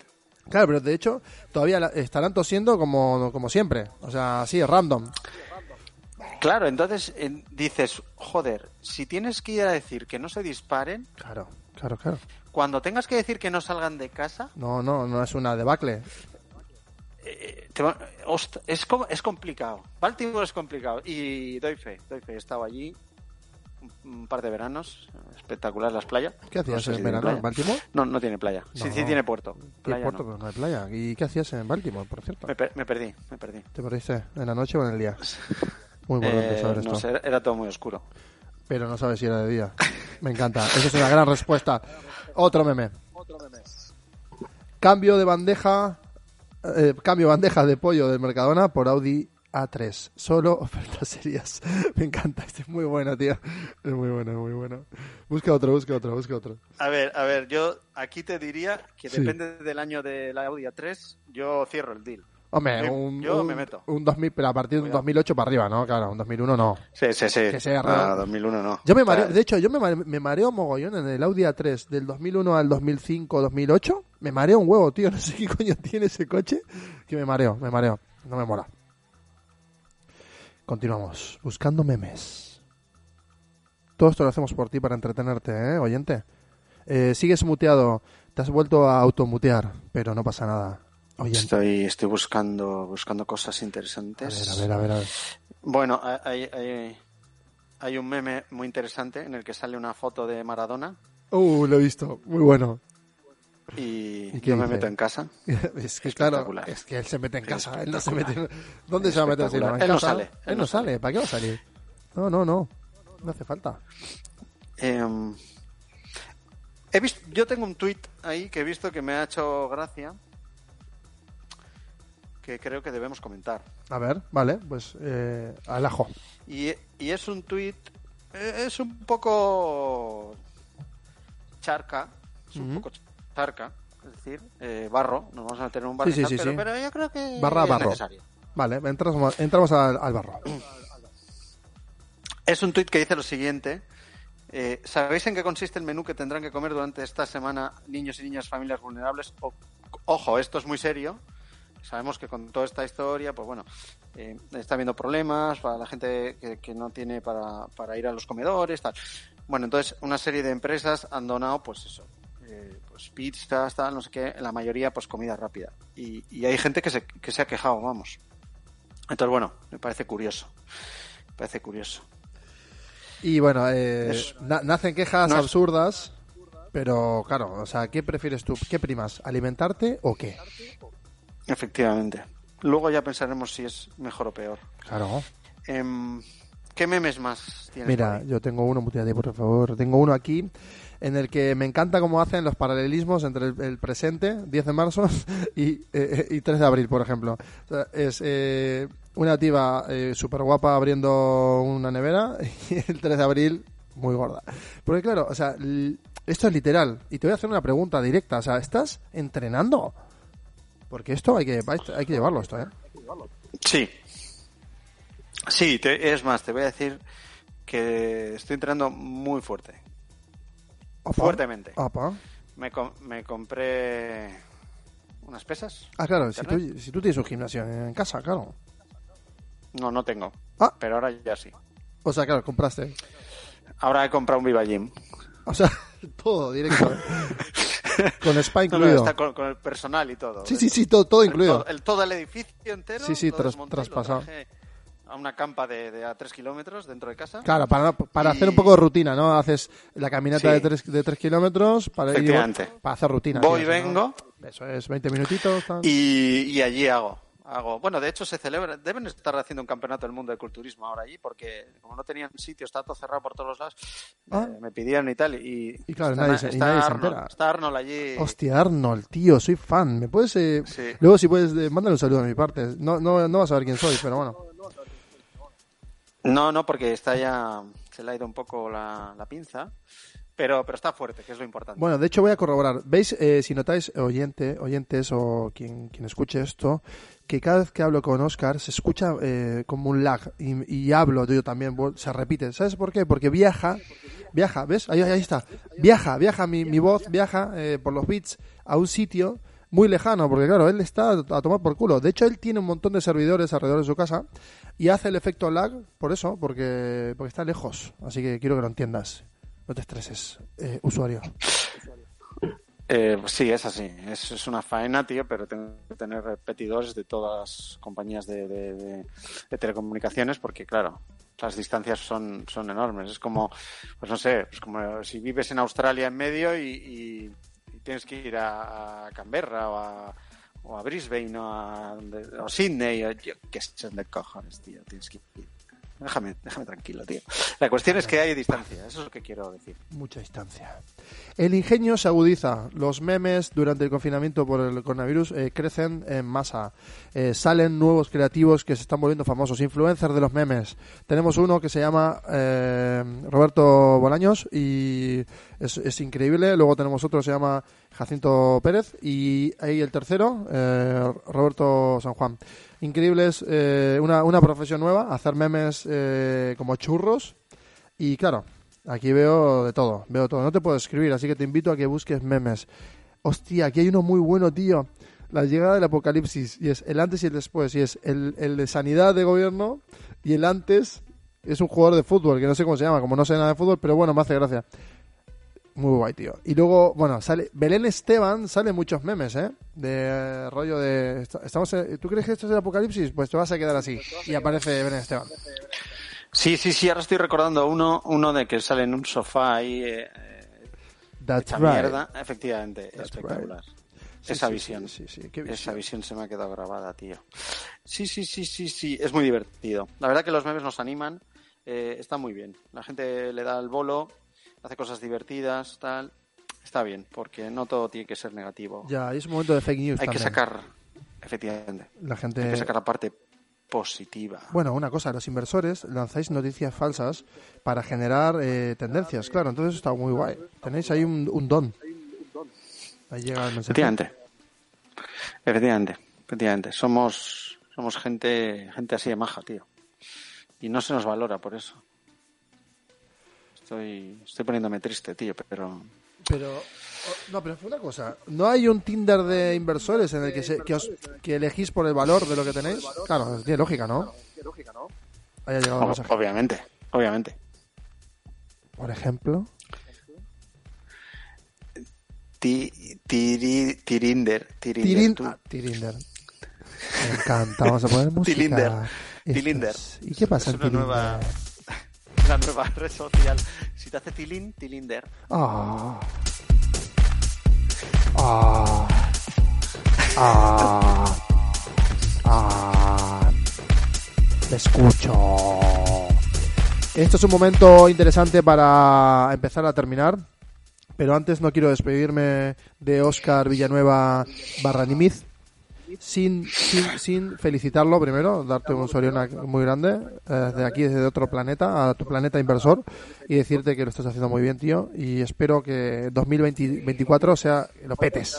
claro, pero de hecho todavía la- estarán tosiendo como, como siempre. O sea, así, random. Claro, entonces en- dices, joder, si tienes que ir a decir que no se disparen, Claro, claro, claro. cuando tengas que decir que no salgan de casa, No, no, no es una debacle. Eh, te va- host- es, co- es complicado. Baltimore es complicado. Y doy fe, doy fe. He estado allí un, un par de veranos. Espectacular las playas. ¿Qué hacías No sé en si verano tiene en playa. Baltimore? No, no tiene playa. Sí, No. sí tiene puerto. ¿Qué Playa puerto, no. pero no hay playa? ¿Y qué hacías en Baltimore, por cierto? me, per- me perdí, me perdí. ¿Te perdiste en la noche o en el (laughs) día? Muy importante Eh, saber esto. no sé, era- era todo muy oscuro. Pero no sabes si era de día. Me encanta. Esa es una gran respuesta. Otro meme. Cambio de bandeja. eh, cambio bandeja de pollo del Mercadona por Audi A3. Solo ofertas serias. (laughs) Me encanta. Este es muy bueno, tío. Es muy bueno, es muy bueno. Busca otro, busca otro, busca otro. A ver, a ver, yo aquí te diría que Sí. depende del año de la Audi A3, yo cierro el deal. Hombre, Yo- un, yo un- me meto. un 2000, pero a partir de un Cuidado. 2008 para arriba, ¿no? Claro, un 2001 no. Sí, sí, sí. Que sea raro. No, 2001 no. Yo me Claro. mareo, de hecho, yo me mareo, me mareo mogollón en el Audi A3 del 2001 al 2005, 2008. Me mareo un huevo, tío. (laughs) No sé qué coño tiene ese coche. Que me mareo, me mareo. No me mola. Continuamos. Buscando memes. Todo esto lo hacemos por ti para entretenerte, ¿eh, oyente? Eh, sigues muteado. Te has vuelto a automutear, pero no pasa nada. Oyente. Estoy, estoy buscando, buscando cosas A interesantes. ver, a ver, a ver. a ver. Bueno, hay- hay, hay- hay un meme muy interesante en el que sale una foto de Maradona Uh, lo he visto. Muy bueno. y, ¿Y qué yo me dice? meto en casa. (laughs) es que claro, Espectacular. es que él se mete en casa, él no se mete. en- (laughs) ¿Dónde se va a meter si no? Espectacular. ¿En Él no casa? sale, Él no sale, ¿para qué va a salir? No, no, no. No hace falta. Em, he visto, yo tengo un tuit ahí que he visto que me ha hecho gracia. que creo que debemos comentar. A ver, vale, pues eh, al ajo. Y, y es un tuit, eh, es un poco charca, es un Ujú. poco charca, es decir, eh, barro, nos vamos a meter en un barro, Sí, sí, sí, pero, sí. pero yo creo que Barra es barro. necesario. Vale, entramos, entramos al, al barro. Es un tuit que dice lo siguiente. eh, ¿Sabéis en qué consiste el menú que tendrán que comer durante esta semana niños y niñas, familias vulnerables? O- ojo, esto es muy serio. Sabemos que con toda esta historia, pues bueno, eh, está habiendo problemas para la gente que, que no tiene para, para ir a los comedores, tal. Bueno, entonces una serie de empresas han donado, pues eso, eh, pues pizzas, tal, no sé qué, la mayoría pues comida rápida. Y, y hay gente que se, que se ha quejado, vamos. Entonces, bueno, me parece curioso. Me parece curioso. Y bueno, eh, Es- na- nacen quejas No es- absurdas, pero claro, o sea, ¿qué prefieres tú? ¿Qué primas? ¿Alimentarte o qué? Efectivamente. Luego ya pensaremos si es mejor o peor. Claro. Em, ¿Qué memes más tienes? Mira, por ahí? yo tengo uno, muteate, por favor. Tengo uno aquí en el que me encanta cómo hacen los paralelismos entre el, el presente, 10 de marzo, (laughs) y, eh, y 3 de abril, por ejemplo. O sea, Es eh, una tiba súper guapa abriendo una nevera (laughs) y el 3 de abril muy gorda. Porque claro, o sea, l- esto es literal. Y te voy a hacer una pregunta directa. O sea, ¿estás entrenando? Porque esto hay que, hay que llevarlo, esto, ¿eh? Sí. Sí, te- es más, te voy a decir que estoy entrando muy fuerte. Opa. Fuertemente. Opa. Me, com- me compré unas pesas. Ah, claro, si ¿Internet? tú, si tú tienes un gimnasio en casa, claro. No, no tengo. Ah. Pero ahora ya sí. O sea, claro, compraste. Ahora he comprado un Viva Gym. O sea, (laughs) todo directo. ¿eh? (laughs) con spa No, no, incluido. está con, con el personal y todo. Sí, sí, sí, todo, todo El- incluido. todo- El, todo el edificio entero. Sí, sí, lo tras- desmonté y lo traspasado. traje A una campa de, de a 3 kilómetros dentro de casa. Claro, para, no- para Y- hacer un poco de rutina, ¿no? Haces la caminata Sí. de 3 de tres kilómetros para, ir, Efectivamente. para hacer rutina. Voy, tío, si vengo. no- Eso es, 20 minutitos. tal. Y, y allí hago. Hago. Bueno, de hecho se celebra, deben estar haciendo un campeonato del mundo de culturismo ahora allí, porque como no tenían sitio, está todo cerrado por todos los lados, Ah. eh, me pidieron y tal. Y, Y claro, está, nadie se- y está nadie se Arnold, entera. está Arnold allí. Hostia, Arnold, tío, soy fan. ¿Me puedes...? eh, Sí. Luego, si puedes, eh, mándale un saludo a mi parte. No, no, no vas a ver quién soy, pero bueno. No, no, porque está ya, se le ha ido un poco la, la pinza, pero, pero está fuerte, que es lo importante. Bueno, de hecho voy a corroborar. ¿Veis? Eh, si notáis, oyente, oyentes o quien, quien escuche esto, que cada vez que hablo con Oscar se escucha eh, como un lag y, y hablo yo también, vol- se repite. ¿Sabes por qué? Porque viaja, viaja, ¿ves? Ahí, ahí está. Viaja, viaja, mi, mi voz viaja eh, por los beats a un sitio muy lejano, porque claro, él está a tomar por culo. De hecho, él tiene un montón de servidores alrededor de su casa y hace el efecto lag por eso, porque, porque está lejos. Así que quiero que lo entiendas. No te estreses, eh, usuario. Eh, pues sí, es así. Es, es una faena, tío, pero tengo que tener repetidores de todas las compañías de, de- de- de telecomunicaciones porque, claro, las distancias son, son enormes. Es como, pues no sé, es como si vives en Australia en medio y, y- y tienes que ir a, a Canberra o a, o a Brisbane o a, donde- o Sydney o yo qué sé, de cojones, tío. Tienes que ir. Déjame, déjame tranquilo, tío. La cuestión es que hay distancia, eso es lo que quiero decir. Mucha distancia. El ingenio se agudiza. Los memes durante el confinamiento por el coronavirus eh, crecen en masa. Eh, salen nuevos creativos que se están volviendo famosos, influencers de los memes. Tenemos uno que se llama eh, Roberto Bolaños y es, es increíble. Luego tenemos otro que se llama Jacinto Pérez y ahí el tercero, eh, Roberto San Juan. Increíble es eh, una, una profesión nueva, hacer memes eh, como churros. Y claro, aquí veo de todo, veo todo. No te puedo escribir, así que te invito a que busques memes. Hostia, aquí hay uno muy bueno, tío. La llegada del apocalipsis, y es el antes y el después, y es el, el de sanidad de gobierno, y el antes es un jugador de fútbol, que no sé cómo se llama, como no sé nada de fútbol, pero bueno, me hace gracia. Muy guay, tío. Y luego, bueno, sale Belén Esteban, sale muchos memes, ¿eh? De rollo de... est- estamos en- ¿Tú crees que esto es el apocalipsis? Pues te vas a quedar así. Y aparece Belén Esteban. Sí, sí, sí, ahora estoy recordando uno, uno de que sale en un sofá ahí, eh, eh, That's hecha right. mierda. Efectivamente, That's espectacular. Sí, Esa sí, visión. sí, sí, sí, qué Esa visión. visión se me ha quedado grabada, tío. Sí, sí, sí, sí, sí, es muy divertido. La verdad que los memes nos animan, eh, está muy bien. La gente le da el bolo, hace cosas divertidas, tal. Está bien, porque no todo tiene que ser negativo. Ya, y es un momento de fake news Hay que también. sacar, Efectivamente. La Hay gente. que sacar la parte positiva. Bueno, una cosa, los inversores lanzáis noticias falsas para generar eh, tendencias, claro, entonces está muy guay. Tenéis ahí un, un don. Ahí llega el mensaje. Efectivamente. Efectivamente. Efectivamente. Somos, somos gente, gente así de maja, tío. Y no se nos valora por eso. Estoy, estoy poniéndome triste, tío, pero Pero, o- no, pero una cosa, ¿no hay un Tinder de inversores en el que, se- que, os- que elegís por el valor de lo que tenéis? Claro, tiene lógica, ¿no? Ahí ha llegado el Ob- mensaje. obviamente, obviamente. Por ejemplo, Ti, tiri, tirinder, tirinder, Tirin- tú. (laughs) ah, Tirinder. Me encanta, vamos a poner música. Tilinder. Esto Tilinder. es- ¿Y qué pasa Es en una nueva, Tilinder? una nueva red social. Si te hace tilín, tilinder. Ah. Ah. Ah. Ah. Te escucho. Esto es un momento interesante para empezar a terminar. Pero antes no quiero despedirme de Oscar Villanueva Barranimiz sin, sin, sin felicitarlo primero, darte un soriona muy grande eh, desde aquí, desde otro planeta, a tu planeta inversor y decirte que lo estás haciendo muy bien, tío. Y espero que 2024 sea lo petes.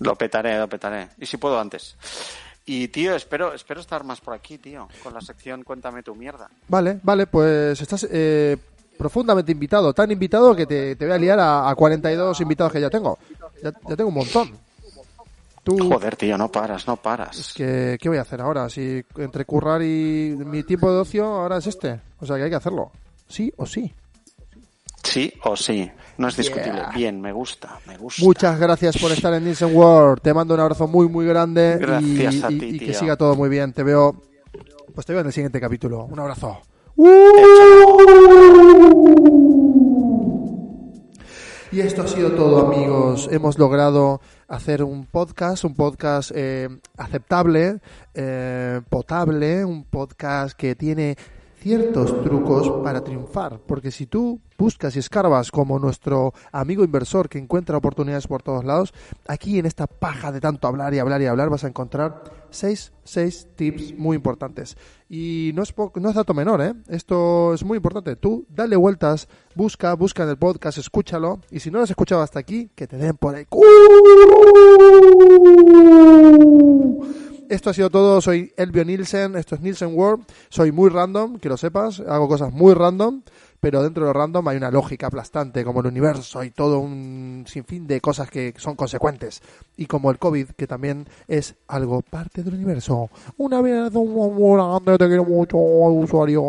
Lo petaré, lo petaré. Y si puedo antes. Y tío, espero, espero estar más por aquí, tío, con la sección Cuéntame tu mierda. Vale, vale, pues estás eh, profundamente invitado, tan invitado que te, te voy a liar a, a 42 invitados que ya tengo. Ya, ya tengo un montón. Tú, Joder, tío, no paras, no Es paras. que, ¿qué voy a hacer ahora? Si entre currar y mi tiempo de ocio ahora es este. O sea que hay que hacerlo. Sí o sí. Sí o sí, no es discutible. Yeah. Bien, me gusta, me gusta. Muchas gracias por estar en Nielsen World. Te mando un abrazo muy, muy grande. y- Gracias y, a ti, y que tío. siga todo muy bien. Te veo. Pues te veo en el siguiente capítulo. Un abrazo. Y esto ha sido todo, amigos. Hemos logrado hacer un podcast, un podcast eh, aceptable, eh, potable, un podcast que tiene ciertos trucos para triunfar. Porque si tú buscas y escarbas como nuestro amigo inversor que encuentra oportunidades por todos lados, aquí en esta paja de tanto hablar y hablar y hablar vas a encontrar seis, seis tips muy importantes. Y no es, po- no es dato menor, ¿eh? Esto es muy importante. Tú dale vueltas, busca, busca en el podcast, escúchalo. Y si no lo has escuchado hasta aquí, que te den por el cu. Esto ha sido todo. Soy Elvio Nielsen. Esto es Nielsen World. Soy muy random, que lo sepas. Hago cosas muy random. Pero dentro de lo random hay una lógica aplastante, como el universo y todo un sinfín de cosas que son consecuentes. Y como el COVID, que también es algo parte del universo. Un abrazo muy grande, te quiero mucho, usuario.